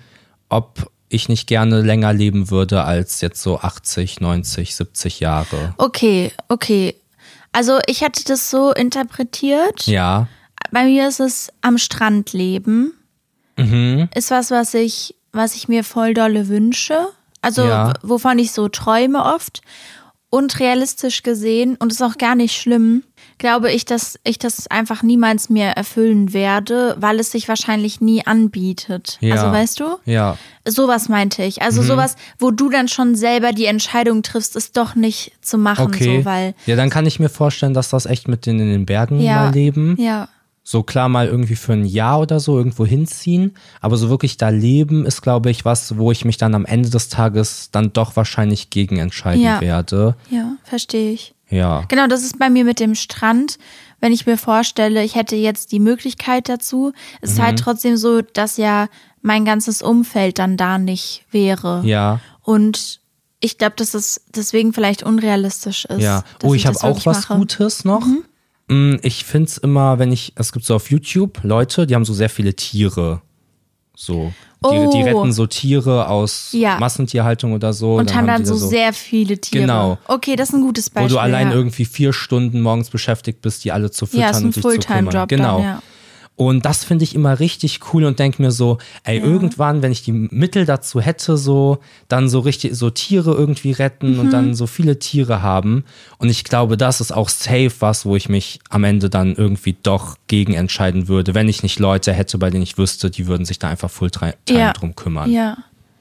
ob ich nicht gerne länger leben würde als jetzt so 80, 90, 70 Jahre. Okay, okay. Also ich hatte das so interpretiert. Ja. Bei mir ist es am Strand leben. Mhm. Ist was, was ich, was ich mir voll dolle wünsche. Also Ja. w- wovon ich so träume oft. Und realistisch gesehen, und ist auch gar nicht schlimm, glaube ich, dass ich das einfach niemals mehr erfüllen werde, weil es sich wahrscheinlich nie anbietet. Ja. Also weißt du? Ja. Sowas meinte ich. Also Mhm. sowas, wo du dann schon selber die Entscheidung triffst, ist doch nicht zu machen, Okay. so weil. ja, dann kann ich mir vorstellen, dass das echt mit denen in den Bergen Ja. mal leben. Ja. So klar mal irgendwie für ein Jahr oder so irgendwo hinziehen. Aber so wirklich da leben ist, glaube ich, was, wo ich mich dann am Ende des Tages dann doch wahrscheinlich gegen entscheiden Ja. werde. Ja, verstehe ich. Ja. Genau, das ist bei mir mit dem Strand. Wenn ich mir vorstelle, ich hätte jetzt die Möglichkeit dazu, es ist Mhm. halt trotzdem so, dass ja mein ganzes Umfeld dann da nicht wäre. Ja. Und ich glaube, dass es deswegen vielleicht unrealistisch ist. Ja. dass Oh, ich habe das auch wirklich was mache. Mhm. Gutes noch. Mm, Ich finde es immer, wenn ich, es gibt so auf YouTube Leute, die haben so sehr viele Tiere. So. Die, die Oh. retten so Tiere aus Ja. Massentierhaltung oder so. Und haben dann die so, da sehr viele Tiere. Genau. Okay, das ist ein gutes wo Beispiel. du allein ja. irgendwie vier Stunden morgens beschäftigt bist, die alle zu füttern Ja, ist ein und dich zu kümmern. Fulltime-Job. Genau. Dann, ja. Und das finde ich immer richtig cool und denke mir so, ey, irgendwann, wenn ich die Mittel dazu hätte, so, dann so richtig, so Tiere irgendwie retten Mhm. und dann so viele Tiere haben. Und ich glaube, das ist auch safe was, wo ich mich am Ende dann irgendwie doch gegen entscheiden würde, wenn ich nicht Leute hätte, bei denen ich wüsste, die würden sich da einfach fulltime Ja. drum kümmern. Ja.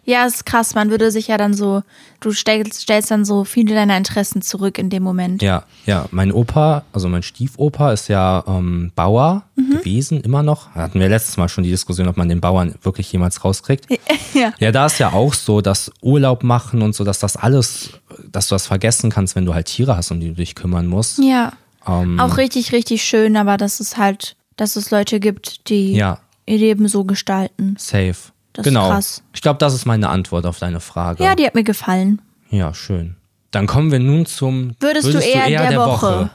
Ja, ist krass. Man würde sich ja dann so, du stellst, stellst dann so viele deiner Interessen zurück in dem Moment. Ja, ja, mein Opa, also mein Stiefopa ist ja ähm, Bauer Mhm. gewesen, immer noch. Hatten wir letztes Mal schon die Diskussion, ob man den Bauern wirklich jemals rauskriegt. Ja. Ja, da ist ja auch so, dass Urlaub machen und so, dass das alles, dass du das vergessen kannst, wenn du halt Tiere hast, um die du dich kümmern musst. Ja. Ähm, Auch richtig, richtig schön, aber dass es halt, dass es Leute gibt, die Ja. ihr Leben so gestalten. Safe. Das ist genau. krass. Ich glaube, das ist meine Antwort auf deine Frage. Ja, die hat mir gefallen. ja, schön. Dann kommen wir nun zum Würdest, du eher, der, Woche.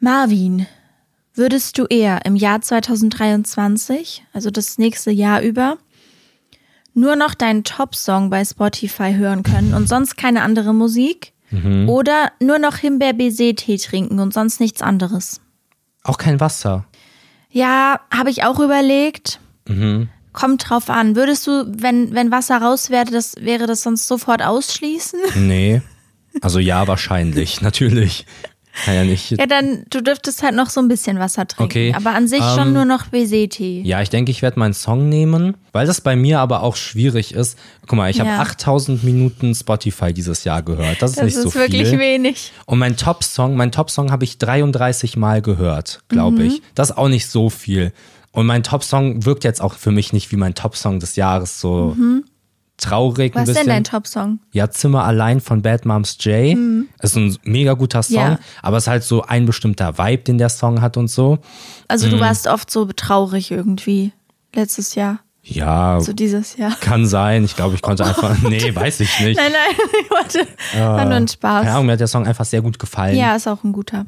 Marvin, würdest du eher im Jahr 2023, also das nächste Jahr über, nur noch deinen Top-Song bei Spotify hören können und sonst keine andere Musik? Mhm. Oder nur noch Himbeer-Baiser-Tee trinken und sonst nichts anderes? Auch kein Wasser. Ja, habe ich auch überlegt. Mhm. Kommt drauf an. Würdest du, wenn, wenn Wasser raus wäre, das wäre das sonst sofort ausschließen? Nee. Also ja, wahrscheinlich, natürlich. Kann ja nicht. Ja, dann, du dürftest halt noch so ein bisschen Wasser trinken. Okay, Ähm, Aber an sich schon nur noch BC-Tee. Ja, ich denke, ich werde meinen Song nehmen, weil das bei mir aber auch schwierig ist. Guck mal, ich Ja. habe 8000 Minuten Spotify dieses Jahr gehört. Das ist Das nicht ist so wirklich viel. wenig. Und mein Top-Song, mein Top-Song habe ich 33 Mal gehört, Mhm. glaube ich. Das ist auch nicht so viel. Und mein Top-Song wirkt jetzt auch für mich nicht wie mein Top-Song des Jahres so traurig ein Mhm. Was ist bisschen. denn dein Top-Song? ja, Zimmer allein von Bad Moms J. Ist ein mega guter Song, Mhm. Ja. aber es ist halt so ein bestimmter Vibe, den der Song hat und so. Also, Hm. du warst oft so traurig irgendwie letztes Jahr, Ja, so dieses Jahr. kann sein. Ich glaube, ich konnte einfach. Nee, weiß ich nicht. Nein, nein, ich wollte war nur ein Spaß. Ah, Keine Ahnung, mir hat der Song einfach sehr gut gefallen. Ja, ist auch ein guter.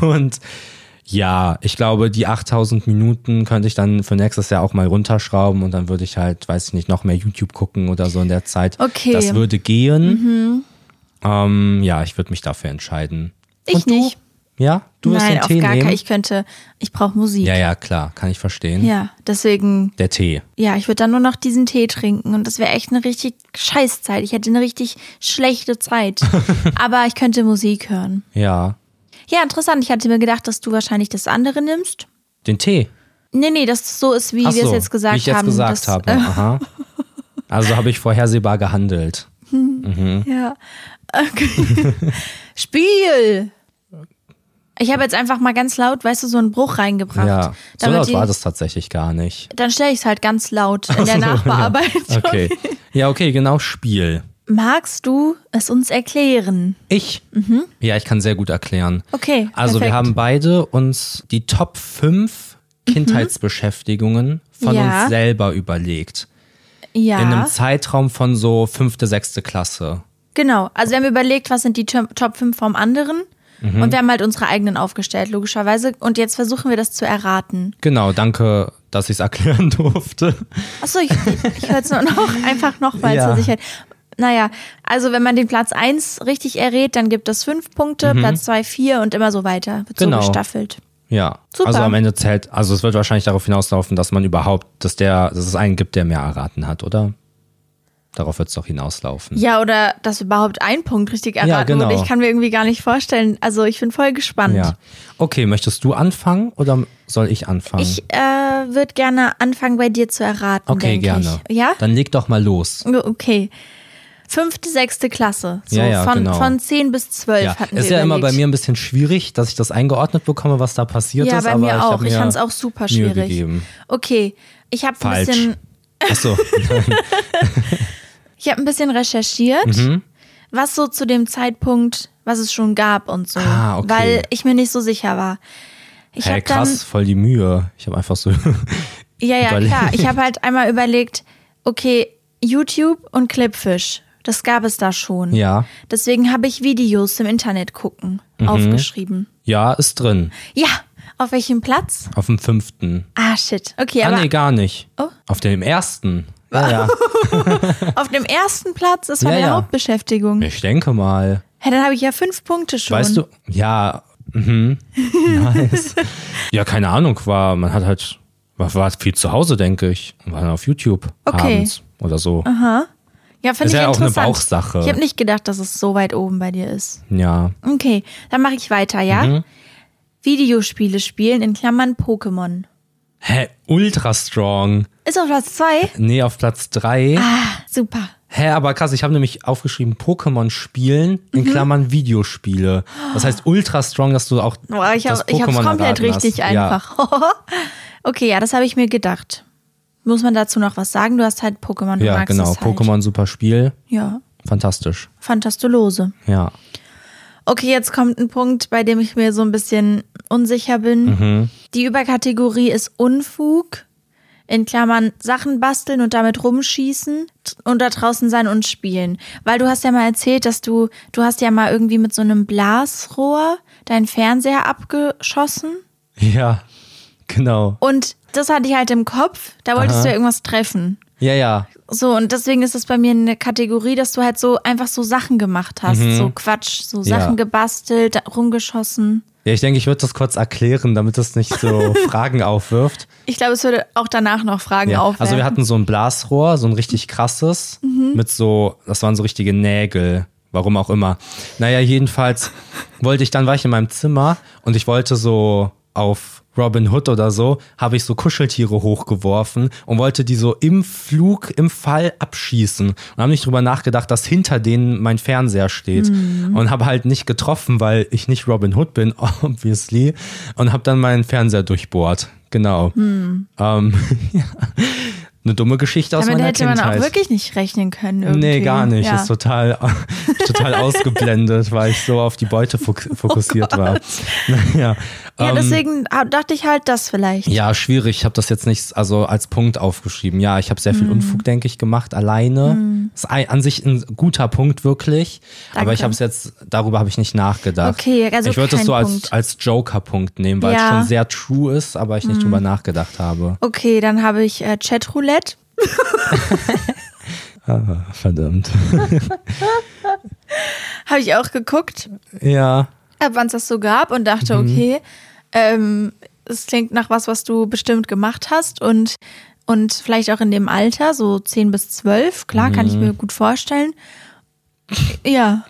Und ja, ich glaube, die 8000 Minuten könnte ich dann für nächstes Jahr auch mal runterschrauben und dann würde ich halt, weiß ich nicht, noch mehr YouTube gucken oder so in der Zeit. Okay. Mhm. Das würde gehen. Ähm, ja, ich würde mich dafür entscheiden. Ich und du? nicht. Ja, du wirst nein, den auf Tee gar nehmen. keinen. Ich könnte, ich brauche Musik. ja, ja, klar, kann ich verstehen. ja, deswegen Der Tee. Ja, ich würde dann nur noch diesen Tee trinken und das wäre echt eine richtig Scheißzeit. Ich hätte eine richtig schlechte Zeit. Aber ich könnte Musik hören. Ja, Ja, interessant. Ich hatte mir gedacht, dass du wahrscheinlich das andere nimmst. den Tee. Nee, nee, dass es so ist, wie Ach wir es so, jetzt gesagt wie ich jetzt haben. äh, gesagt dass, habe. Aha. Also habe ich vorhersehbar gehandelt. Ja. Okay. Spiel! Ich habe jetzt einfach mal ganz laut, weißt du, so einen Bruch reingebracht. Ja, so damit laut die- war das tatsächlich gar nicht. Dann stelle ich es halt ganz laut in der Nachbearbeitung. Okay. Ja, okay, genau, Spiel. Magst du es uns erklären? Ich? Ja, ich kann sehr gut erklären. Okay. Also wir Mhm. perfekt. Mhm. haben beide uns die Top 5 Kindheitsbeschäftigungen von Ja. uns selber überlegt. ja. In einem Zeitraum von so fünfte, sechste Klasse. Genau, also wir haben überlegt, was sind die Top Top 5 vom anderen Mhm. und wir haben halt unsere eigenen aufgestellt, logischerweise. Und jetzt versuchen wir das zu erraten. Genau, danke, dass ich es erklären durfte. Achso, ich, ich höre es nur noch, einfach nochmal Ja. zur Sicherheit. Naja, also wenn man den Platz 1 richtig errät, dann gibt es 5 Punkte, Platz 2 4 und immer so weiter. Wird Mhm. Genau. so gestaffelt. Ja, Super. also am Ende zählt, also es wird wahrscheinlich darauf hinauslaufen, dass man überhaupt, dass der, dass es einen gibt, der mehr erraten hat, oder? Darauf wird es doch hinauslaufen. Ja, oder dass überhaupt ein Punkt richtig erraten genau. wurde. Ich kann mir irgendwie gar nicht vorstellen. Also ich bin voll gespannt. Ja. Okay, möchtest du anfangen oder soll ich anfangen? Ich äh, würde gerne anfangen, bei dir zu erraten. okay, denk gerne. Ich. Ja? Dann leg doch mal los. Okay. Fünfte, sechste Klasse. So Ja, ja, von, genau. von 10 bis 12 Ja, ist hatten wir ja immer bei überlegt. mir ein bisschen schwierig, dass ich das eingeordnet bekomme, was da passiert Ja, ist. bei aber mir ich auch. hab Ich, mir fand's auch super Mühe schwierig. gegeben. Okay, ich habe ein Falsch. bisschen, Achso, ich habe ein bisschen recherchiert, Mhm. was so zu dem Zeitpunkt, was es schon gab und so, Ah, okay. weil ich mir nicht so sicher war. Ich hey, hab dann, krass, voll die Mühe. Ich habe einfach so. ja, ja, überlegt. klar. Ich habe halt einmal überlegt, okay, YouTube und Clipfish, das gab es da schon. ja. Deswegen habe ich Videos im Internet gucken Mhm. aufgeschrieben. Ja, ist drin. Ja, auf welchem Platz? Auf dem fünften. Ah, shit. Okay, ah, aber Oh. nee, gar nicht. Auf dem ersten. Ja, ja. auf dem ersten Platz, das war Ja, meine ja. Hauptbeschäftigung. Ich denke mal. Hä, dann habe ich ja fünf Punkte schon. Weißt du, ja, mhm, nice. ja, keine Ahnung, war, man hat halt, war, war viel zu Hause, denke ich. War dann auf YouTube Okay. abends oder so. Ja, finde Ist ich ja auch eine interessant. Bauchsache. Ich habe nicht gedacht, dass es so weit oben bei dir ist. Ja, Okay, dann mache ich weiter, ja? Mhm. Videospiele spielen, in Klammern Pokémon. Hä, ultra strong. Ist auf Platz zwei? Nee, auf Platz 3. Ah, super. Hä, aber krass, ich habe nämlich aufgeschrieben, Pokémon spielen, Mhm. in Klammern Videospiele. Das heißt ultra strong, dass du auch Boah, ich das habe es Pokémon komplett erraten richtig hast. einfach. okay, ja, das habe ich mir gedacht. Muss man dazu noch was sagen? Du hast halt Pokémon, du Ja, ja magst genau. es halt. Pokémon, super Spiel. Ja, Fantastisch. Fantastolose. Ja. Okay, jetzt kommt ein Punkt, bei dem ich mir so ein bisschen unsicher bin. Die Überkategorie ist Unfug. In Klammern Sachen basteln und damit rumschießen t- und da draußen sein und spielen. Weil du hast ja mal erzählt, dass du, du hast ja mal irgendwie mit so einem Blasrohr deinen Fernseher abgeschossen. Ja, genau. Und das hatte ich halt im Kopf, da wolltest du ja irgendwas treffen. Ja, ja. So, und deswegen ist es bei mir eine Kategorie, dass du halt so einfach so Sachen gemacht hast. So Quatsch, so Ja. Sachen gebastelt, da- rumgeschossen. Ja, ich denke, ich würde das kurz erklären, damit das nicht so Fragen aufwirft. Ich glaube, es würde auch danach noch Fragen Ja. aufwerfen. Also wir hatten so ein Blasrohr, so ein richtig krasses, mit so, das waren so richtige Nägel, warum auch immer. Naja, jedenfalls wollte ich, dann war ich in meinem Zimmer und ich wollte so auf Robin Hood oder so, habe ich so Kuscheltiere hochgeworfen und wollte die so im Flug, im Fall abschießen. Und habe nicht drüber nachgedacht, dass hinter denen mein Fernseher steht. Und habe halt nicht getroffen, weil ich nicht Robin Hood bin, obviously. Und habe dann meinen Fernseher durchbohrt. Genau. Ähm, ja. Eine dumme Geschichte aus Damit meiner hätte man Kindheit. auch wirklich nicht rechnen können. Irgendwie. Nee, gar nicht. Ja. Ist total, total ausgeblendet, weil ich so auf die Beute fok fokussiert war. Naja. Oh ja, deswegen hab- dachte ich halt das vielleicht. ähm, Ja, schwierig. Ich habe das jetzt nicht also als Punkt aufgeschrieben. Ja, ich habe sehr Mhm. viel Unfug, denke ich, gemacht, alleine. Ist ein, an sich ein guter Punkt, wirklich. Aber ich habe es jetzt, darüber habe ich nicht nachgedacht. Okay, also ich würde es kein so als, Punkt. als Joker-Punkt nehmen, weil es Ja. Mhm. schon sehr true ist, aber ich nicht drüber nachgedacht habe. Okay, dann habe ich äh, Chatroulette. Verdammt. Habe ich auch geguckt, ja. ab wann es das so gab und Mhm. dachte, okay, ähm, es klingt nach was, was du bestimmt gemacht hast und, und vielleicht auch in dem Alter, so 10 bis 12, klar, kann Mhm. ich mir gut vorstellen. Ja,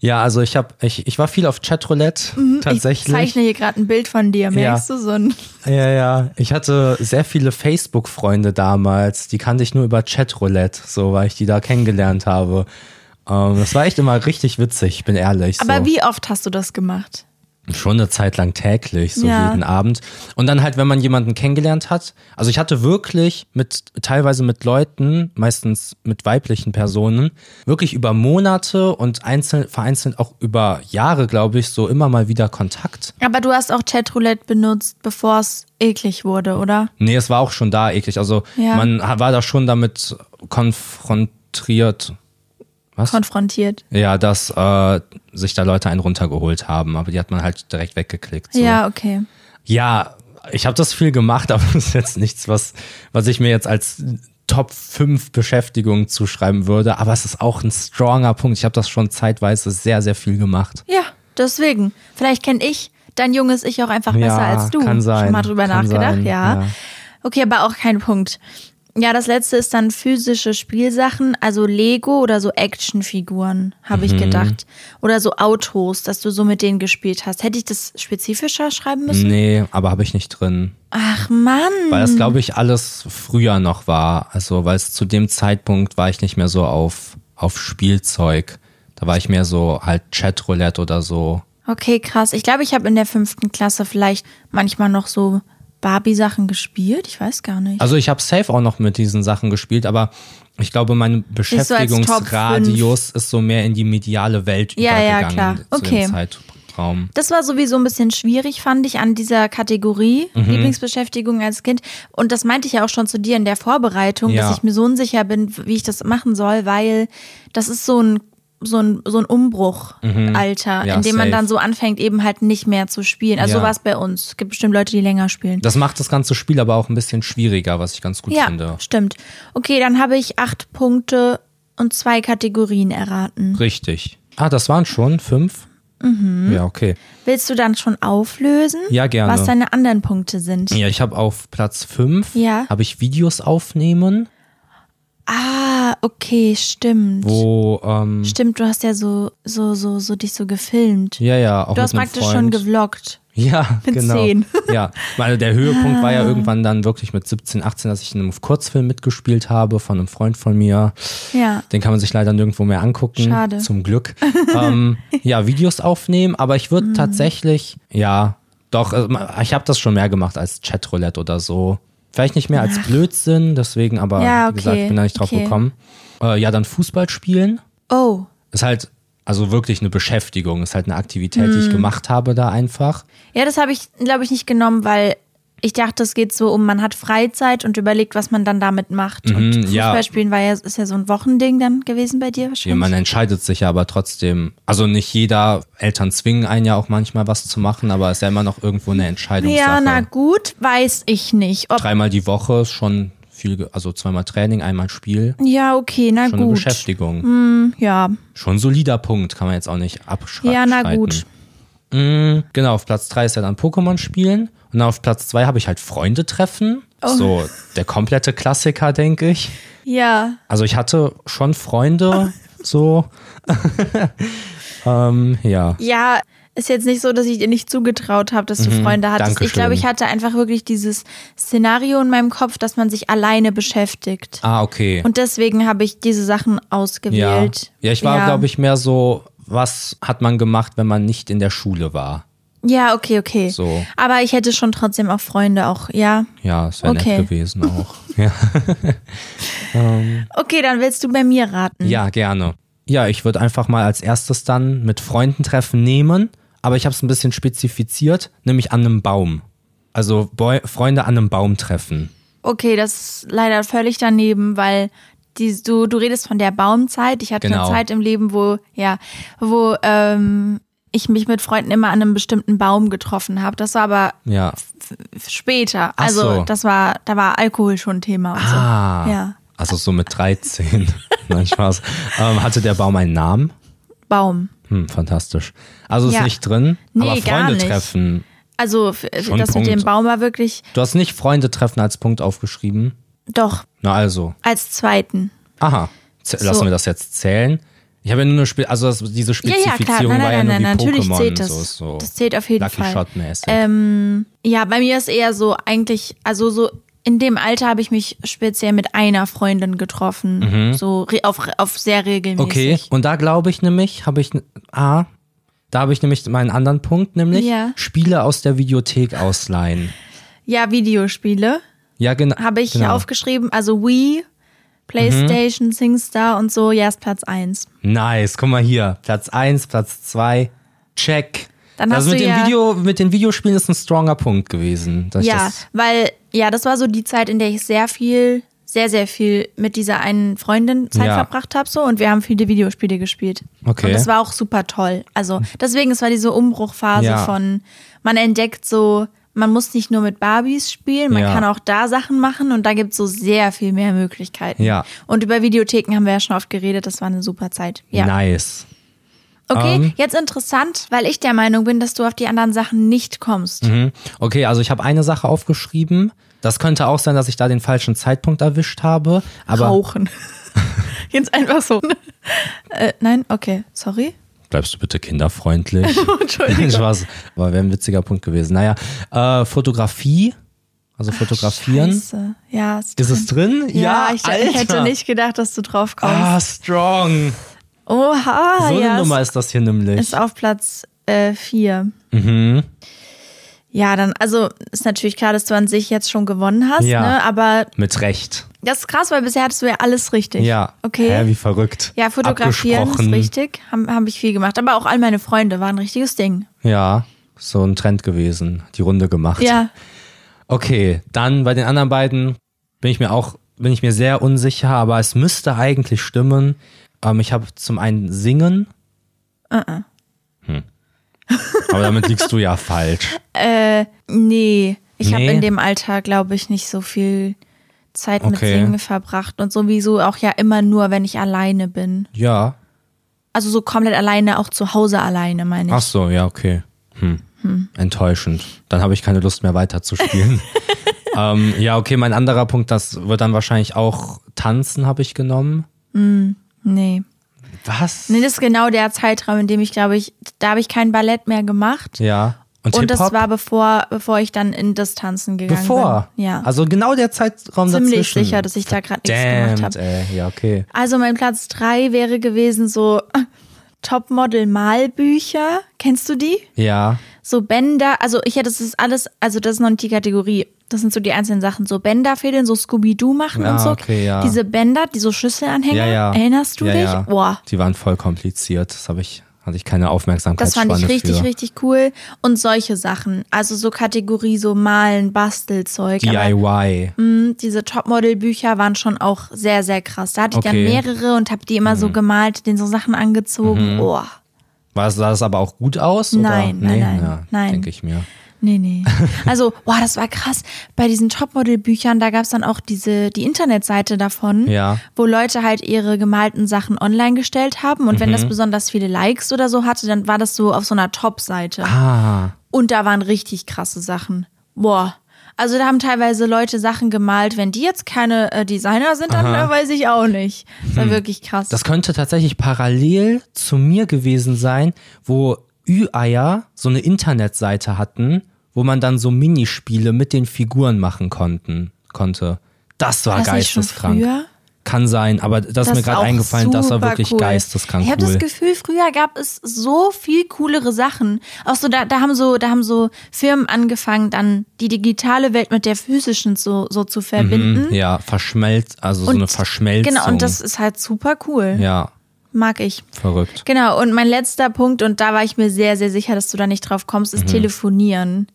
Ja, also ich habe, ich, ich war viel auf Chatroulette Mhm, ich tatsächlich. zeichne hier gerade ein Bild von dir, merkst du so ein... ja, ja. Ich hatte sehr viele Facebook-Freunde damals, die kannte ich nur über Chatroulette, so weil ich die da kennengelernt habe. Ähm, das war echt immer richtig witzig, bin ehrlich. Aber so. wie oft hast du das gemacht? Schon eine Zeit lang täglich, so Ja. jeden Abend. Und dann halt, wenn man jemanden kennengelernt hat. Also ich hatte wirklich mit, teilweise mit Leuten, meistens mit weiblichen Personen, wirklich über Monate und einzeln, vereinzelt auch über Jahre, glaube ich, so immer mal wieder Kontakt. Aber du hast auch Chatroulette benutzt, bevor es eklig wurde, oder? Nee, es war auch schon da eklig. Also Ja. man ha- war da schon damit konfrontiert. Was? konfrontiert. Ja, dass äh, sich da Leute einen runtergeholt haben, aber die hat man halt direkt weggeklickt. So. Ja, okay. Ja, ich habe das viel gemacht, aber das ist jetzt nichts, was, was ich mir jetzt als Top 5 Beschäftigung zuschreiben würde. Aber es ist auch ein stronger Punkt. Ich habe das schon zeitweise sehr, sehr viel gemacht. Ja, deswegen. Vielleicht kenne ich dein junges Ich auch einfach besser Ja, als du. kann sein, Schon mal drüber kann nachgedacht, sein, ja. ja. Okay, aber auch kein Punkt. Ja, das letzte ist dann physische Spielsachen, also Lego oder so Actionfiguren, habe Mhm. ich gedacht. Oder so Autos, dass du so mit denen gespielt hast. Hätte ich das spezifischer schreiben müssen? Nee, aber habe ich nicht drin. Ach Mann. Weil das, glaube ich, alles früher noch war. Also, weil es zu dem Zeitpunkt war ich nicht mehr so auf, auf Spielzeug. Da war ich mehr so halt Chatroulette oder so. Okay, krass. Ich glaube, ich habe in der fünften Klasse vielleicht manchmal noch so Barbie-Sachen gespielt. Ich weiß gar nicht. Also ich habe safe auch noch mit diesen Sachen gespielt, aber ich glaube, mein so als Top Beschäftigungsradius ist so mehr in die mediale Welt Ja, ja, übergegangen klar. zu Okay. dem Zeitraum. Das war sowieso ein bisschen schwierig, fand ich, an dieser Kategorie Mhm. Lieblingsbeschäftigung als Kind. Und das meinte ich ja auch schon zu dir in der Vorbereitung, Ja. dass ich mir so unsicher bin, wie ich das machen soll, weil das ist so ein so ein, so ein Umbruchalter, Mhm. Ja, in dem man safe. dann so anfängt, eben halt nicht mehr zu spielen. Also Ja. so war es bei uns. Es gibt bestimmt Leute, die länger spielen. Das macht das ganze Spiel aber auch ein bisschen schwieriger, was ich ganz gut ja, finde. stimmt. Okay, dann habe ich acht Punkte und zwei Kategorien erraten. Richtig. Ah, das waren schon fünf? Mhm. Ja, okay. Willst du dann schon auflösen? Ja, gerne. Was deine anderen Punkte sind? Ja, ich habe auf Platz fünf Ja. habe ich Videos aufnehmen, Ah, okay, stimmt. wo ähm, Stimmt, du hast ja so, so, so, so dich so gefilmt. ja, ja, auch du mit hast einem praktisch Freund. schon gevloggt. Ja, Mit genau. zehn. Ah. Ja, weil der Höhepunkt war ja irgendwann dann wirklich mit 17, 18, dass ich in einem Kurzfilm mitgespielt habe von einem Freund von mir. Ja. Den kann man sich leider nirgendwo mehr angucken. Schade. Zum Glück. ähm, ja, Videos aufnehmen, aber ich Mhm. würde tatsächlich, ja, doch, also, ich habe das schon mehr gemacht als Chatroulette oder so. Vielleicht nicht mehr als Blödsinn, deswegen, aber Ja, wie gesagt, okay, ich bin da nicht drauf okay. gekommen. Äh, ja, dann Fußball spielen Oh. ist halt, also wirklich eine Beschäftigung, ist halt eine Aktivität, Mhm. die ich gemacht habe da einfach. Ja, das habe ich, glaube ich, nicht genommen, weil ich dachte, es geht so um, man hat Freizeit und überlegt, was man dann damit macht. und Mhm, ja. Fußball spielen war ja, ist ja so ein Wochending dann gewesen bei dir Ja, wahrscheinlich. man entscheidet sich ja aber trotzdem. Also nicht jeder, Eltern zwingen einen ja auch manchmal was zu machen, aber ist ja immer noch irgendwo eine Entscheidungssache. ja na gut, weiß ich nicht. Ob, Dreimal die Woche ist schon viel, ge- also zweimal Training, einmal Spiel, ja, okay, na schon eine gut. Hm. Beschäftigung. Ja. Schon ein solider Punkt, kann man jetzt auch nicht abschreiben. Ja, na gut. Genau, auf Platz drei ist ja dann Pokémon spielen und auf Platz zwei habe ich halt Freunde treffen. Oh. So der komplette Klassiker, denke ich. Ja. Also ich hatte schon Freunde, so. ähm, ja. Ja, ist jetzt nicht so, dass ich dir nicht zugetraut habe, dass du Mhm, Freunde hattest. Ich Dankeschön. glaube, ich hatte einfach wirklich dieses Szenario in meinem Kopf, dass man sich alleine beschäftigt. Ah, okay. Und deswegen habe ich diese Sachen Ja, ausgewählt. ja ich war, glaube ich, mehr so, was hat man gemacht, wenn man nicht in der Schule war? Ja, okay, okay. So. Aber ich hätte schon trotzdem auch Freunde, auch, ja. Ja, es wäre Okay. nett gewesen auch. ja. Okay, dann willst du bei mir raten. ja, gerne. Ja, ich würde einfach mal als erstes dann mit Freunden treffen nehmen, aber ich habe es ein bisschen spezifiziert, nämlich an einem Baum. Also Boy Freunde an einem Baum treffen. Okay, das ist leider völlig daneben, weil die, du, du redest von der Baumzeit. Ich hatte Genau. eine Zeit im Leben, wo, ja, wo ähm, ich mich mit Freunden immer an einem bestimmten Baum getroffen habe. Das war aber Ja. später. Also so. das war, da war Alkohol schon Thema und so. Ah. Ja. Also so mit 13. Nein, Spaß. ähm, hatte der Baum einen Namen? Baum. Hm, fantastisch. Also Ja. ist nicht drin, Nee, aber gar Freunde nicht. treffen. Also f- das Schon mit Punkt. dem Baum war wirklich Du hast nicht Freunde treffen als Punkt aufgeschrieben. doch Na also. als zweiten. Aha. Z So. Lassen wir das jetzt zählen. Ich habe ja nur eine Spe also das, diese Ja, ja, klar. Spezifizierung Nein, war ja nein, nein, nur nein, wie natürlich Pokémon. zählt das. So, so. Das zählt auf jeden Lucky Fall. Äh, Shot mäßig. Ähm, Ja, bei mir ist eher so eigentlich, also so in dem Alter habe ich mich speziell mit einer Freundin getroffen. So re- auf, auf sehr Mhm. okay, regelmäßig. und da glaube ich nämlich, habe ich, ah, da habe ich nämlich meinen anderen Punkt, nämlich Ja. Spiele aus der Videothek ausleihen. Ja, Videospiele Ja, gena- genau. Mhm. habe ich aufgeschrieben. Also Wii, Playstation, SingStar und so. Ja, ist Platz eins. Nice, guck mal hier. Platz 1, Platz 2, check. Dann das hast mit, du den ja- Video, mit den Videospielen ist ein stronger Punkt gewesen. Dass ich Ja, das, weil, ja, das war so die Zeit, in der ich sehr viel sehr, sehr viel mit dieser einen Freundin Zeit Ja. verbracht habe so und wir haben viele Videospiele gespielt. Okay. Und das war auch super toll. Also deswegen, es war diese Umbruchphase Ja. von, man entdeckt so, man muss nicht nur mit Barbies spielen, man Ja. kann auch da Sachen machen und da gibt es so sehr viel mehr Möglichkeiten. Ja. Und über Videotheken haben wir ja schon oft geredet, das war eine super Zeit. Ja. Nice. Okay, Ähm. jetzt interessant, weil ich der Meinung bin, dass du auf die anderen Sachen nicht kommst. Mhm. Okay, also ich habe eine Sache aufgeschrieben. Das könnte auch sein, dass ich da den falschen Zeitpunkt erwischt habe. Aber Rauchen. jetzt einfach so. äh, nein, okay, sorry. bleibst du bitte kinderfreundlich? Entschuldigung. Spaß. Aber wäre ein witziger Punkt gewesen. Naja, äh, Fotografie, also fotografieren. Scheiße. Ja, ist Ist es drin? Ja, ich, ich hätte Alter. nicht gedacht, dass du drauf kommst. Ah, strong. Oha, So eine Ah, ja. Nummer ist das hier nämlich. Ist auf Platz 4. mhm. ja, dann, also ist natürlich klar, dass du an sich jetzt schon gewonnen hast, Ja. ne? Aber Mit Recht. das ist krass, weil bisher hattest du ja alles richtig. Ja. Okay. Hä, wie verrückt. ja, fotografieren ist Abgesprochen. richtig. Haben hab ich viel gemacht. Aber auch all meine Freunde waren ein richtiges Ding. Ja, so ein Trend gewesen. Die Runde gemacht. Ja. Okay, dann bei den anderen beiden bin ich mir auch, bin ich mir sehr unsicher, aber es müsste eigentlich stimmen. Ähm, ich habe zum einen Singen. Uh-uh. Hm. Aber damit liegst du ja falsch. Nee. Ich habe Nee. in dem Alter, glaube ich, nicht so viel Zeit mit Okay. Singen verbracht. Und sowieso auch ja immer nur, wenn ich alleine bin. Ja. Also so komplett alleine, auch zu Hause alleine, meine ich. Ach so, ja, okay. Hm. Enttäuschend. Dann habe ich keine Lust mehr weiterzuspielen. ähm, ja, okay, mein anderer Punkt, das wird dann wahrscheinlich auch Tanzen, habe ich genommen. Nee. Was? Nee, das ist genau der Zeitraum, in dem ich, glaube ich, da habe ich kein Ballett mehr gemacht. Ja. Und, Und das Hip-Hop? war bevor, bevor ich dann in das Tanzen gegangen Bevor. bin. Ja. Also genau der Zeitraum Ziemlich dazwischen. sicher, dass ich da gerade nichts Damn, gemacht habe. ey. Ja, okay. Also mein Platz drei wäre gewesen so Topmodel Malbücher. Kennst du die? Ja. So Bänder, also ich hätte das ist alles, also das ist noch nicht die Kategorie. Das sind so die einzelnen Sachen. So Bänderfädeln, so Scooby-Doo machen Ah, und so. okay, ja. Diese Bänder, die so Schlüsselanhänger, ja, ja. erinnerst du ja, dich? Ja. Boah. Die waren voll kompliziert. Das habe ich, hatte ich keine Aufmerksamkeit. Das fand ich richtig, für. richtig cool. Und solche Sachen. Also so Kategorie, so Malen, Bastelzeug. Aber, DIY. mh, diese Topmodel-Bücher waren schon auch sehr, sehr krass. Da hatte ich Okay. Mhm. dann mehrere und habe die immer so gemalt, den so Sachen angezogen. Oh, War, sah das aber auch gut aus? Nein, oder? nein, nee? nein, Ja, nein. Denke ich mir. nee, nee. Also, boah, das war krass. Bei diesen Topmodel-Büchern, da gab es dann auch diese, die Internetseite davon, Ja. wo Leute halt ihre gemalten Sachen online gestellt haben. Und wenn Mhm. das besonders viele Likes oder so hatte, dann war das so auf so einer Top-Seite. Ah, Und da waren richtig krasse Sachen. Boah. Also da haben teilweise Leute Sachen gemalt. Wenn die jetzt keine äh, Designer sind, dann äh, weiß ich auch nicht. Das war wirklich krass. Hm. das könnte tatsächlich parallel zu mir gewesen sein, wo Ü-Eier so eine Internetseite hatten, wo man dann so Minispiele mit den Figuren machen konnten, konnte. Das war, War das nicht schon geisteskrank. früher? Kann sein, aber das, ist mir gerade auch eingefallen, das war super wirklich cool. geisteskrank Ich habe cool. das Gefühl, früher gab es so viel coolere Sachen. Auch so, da, da haben so, da haben so Firmen angefangen, dann die digitale Welt mit der physischen so, so zu verbinden. Mhm, ja, verschmelzt, also so eine Verschmelzung. hm? Genau, und das ist halt super cool. ja, Mag ich. verrückt. Genau, und mein letzter Punkt, und da war ich mir sehr, sehr sicher, dass du da nicht drauf kommst, Mhm. ist Telefonieren.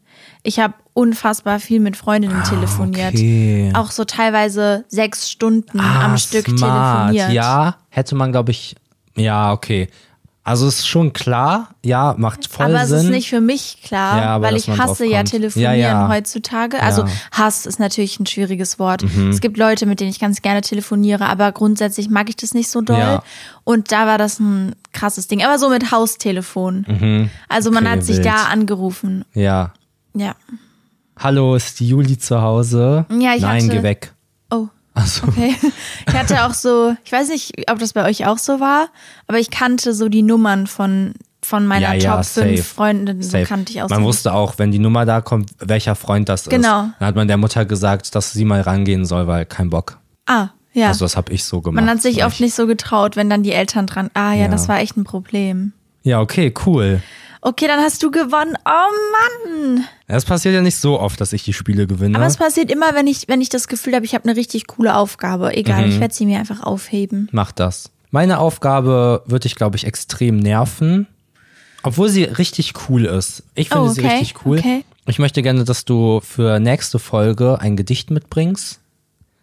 Ich habe unfassbar viel mit Freundinnen telefoniert. Ah, okay. Auch so teilweise sechs Stunden Ah, am Stück smart. telefoniert. Ja, hätte man, glaube ich, ja, okay. Also ist schon klar, ja, macht voll aber es Sinn. ist nicht für mich klar, Ja, aber weil dass ich man hasse drauf ja kommt. Telefonieren Ja, ja. heutzutage. Also Ja. Mhm. Hass ist natürlich ein schwieriges Wort. Es gibt Leute, mit denen ich ganz gerne telefoniere, aber grundsätzlich mag ich das nicht so doll. Ja. Und da war das ein krasses Ding. Aber so mit Haustelefon. Also man Mhm. Okay, hat sich wild. da angerufen. ja. Ja. Hallo, ist die Juli zu Hause? Ja, ich Nein, hatte- geh weg. Oh, Also, okay. Ich hatte auch so, ich weiß nicht, ob das bei euch auch so war, aber ich kannte so die Nummern von, von meiner Ja, ja, Top 5 safe. Freundinnen, so safe. kannte ich auch Man so. wusste auch, wenn die Nummer da kommt, welcher Freund das Genau. ist. Dann hat man der Mutter gesagt, dass sie mal rangehen soll, weil kein Bock. Ah, ja. Also das habe ich so gemacht. Man hat sich oft nicht so getraut, wenn dann die Eltern dran. Ah ja, Ja. das war echt ein Problem. Ja, okay, cool. Okay, dann hast du gewonnen. Oh Mann! Es passiert ja nicht so oft, dass ich die Spiele gewinne. Aber es passiert immer, wenn ich, wenn ich das Gefühl habe, ich habe eine richtig coole Aufgabe. Mhm. Egal, ich werde sie mir einfach aufheben. Mach das. Meine Aufgabe wird dich, glaube ich, extrem nerven. Obwohl sie richtig cool ist. Ich finde Oh, sie okay, richtig cool. okay. Ich möchte gerne, dass du für nächste Folge ein Gedicht mitbringst.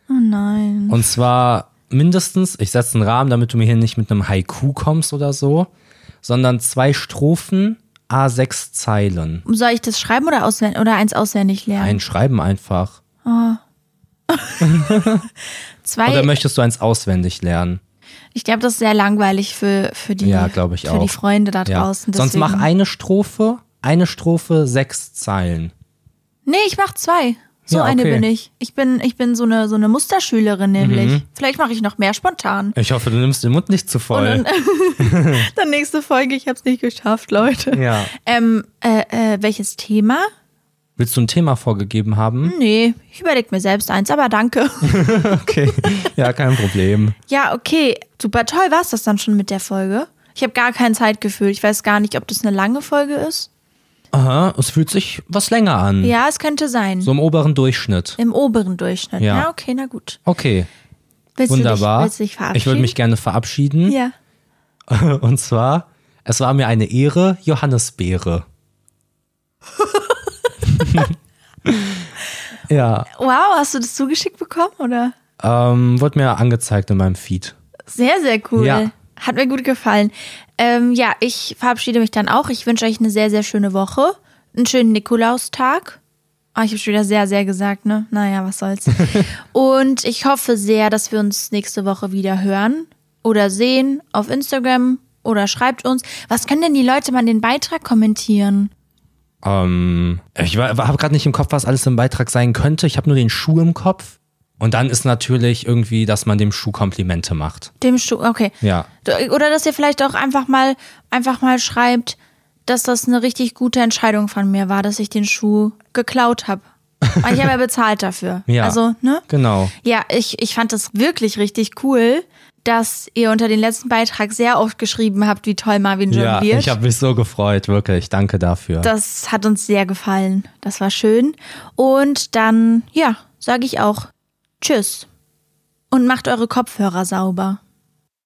Oh nein. Und zwar mindestens, ich setze einen Rahmen, damit du mir hier nicht mit einem Haiku kommst oder so, sondern zwei Strophen, A6 Zeilen. Soll ich das schreiben oder, auswend oder eins auswendig lernen? Ein Schreiben einfach. Oder Zwei, möchtest du eins auswendig lernen? ich glaube, das ist sehr langweilig für, für, die, Ja, glaube ich für auch. die Freunde da Ja. draußen. Sonst mach deswegen- eine Strophe, eine Strophe, sechs Zeilen. Nee, ich mach zwei. So Ja, eine okay. bin ich. Ich bin, ich bin so eine, so eine Musterschülerin nämlich. Mhm. Vielleicht mache ich noch mehr spontan. Ich hoffe, du nimmst den Mund nicht zu voll. Dann nächste Folge, ich hab's nicht geschafft, Leute. Ja. Ähm, äh, äh, welches Thema? Willst du ein Thema vorgegeben haben? Nee, ich überleg mir selbst eins, aber danke. Okay. Ja, kein Problem. ja, okay. Super toll war's das dann schon mit der Folge. Ich habe gar kein Zeitgefühl. Ich weiß gar nicht, ob das eine lange Folge ist. Aha, es fühlt sich was länger an. Ja, es könnte sein. So im oberen Durchschnitt. Im oberen Durchschnitt. Ja. Ja, okay, na gut. Okay, Willst wunderbar. Du dich, willst du dich verabschieden? ich würde mich gerne verabschieden. Ja. Und zwar, es war mir eine Ehre, Johannisbeere. ja, Wow, hast du das zugeschickt bekommen, oder? ähm, wurde mir angezeigt in meinem Feed. Sehr, sehr cool. Ja. Hat mir gut gefallen. Ähm, ja, ich verabschiede mich dann auch. Ich wünsche euch eine sehr, sehr schöne Woche. Einen schönen Nikolaustag. Ah, ich habe schon wieder sehr, sehr gesagt, ne? Naja, was soll's. Und ich hoffe sehr, dass wir uns nächste Woche wieder hören oder sehen auf Instagram oder schreibt uns. Was können denn die Leute mal in den Beitrag kommentieren? Ähm, ich habe gerade nicht im Kopf, was alles im Beitrag sein könnte. Ich habe nur den Schuh im Kopf. Und dann ist natürlich irgendwie, dass man dem Schuh Komplimente macht. Dem Stu okay. Ja. D- Oder dass ihr vielleicht auch einfach mal, einfach mal schreibt, dass das eine richtig gute Entscheidung von mir war, dass ich den Schuh geklaut habe. Weil ich habe ja bezahlt dafür. Ja. Also, ne? Genau. Ja, ich, ich fand das wirklich richtig cool, dass ihr unter den letzten Beitrag sehr oft geschrieben habt, wie toll Marvin Ja, jongliert. ich habe mich so gefreut, wirklich. Danke dafür. das hat uns sehr gefallen. Das war schön. Und dann, ja, sage ich auch Tschüss. Und macht eure Kopfhörer sauber.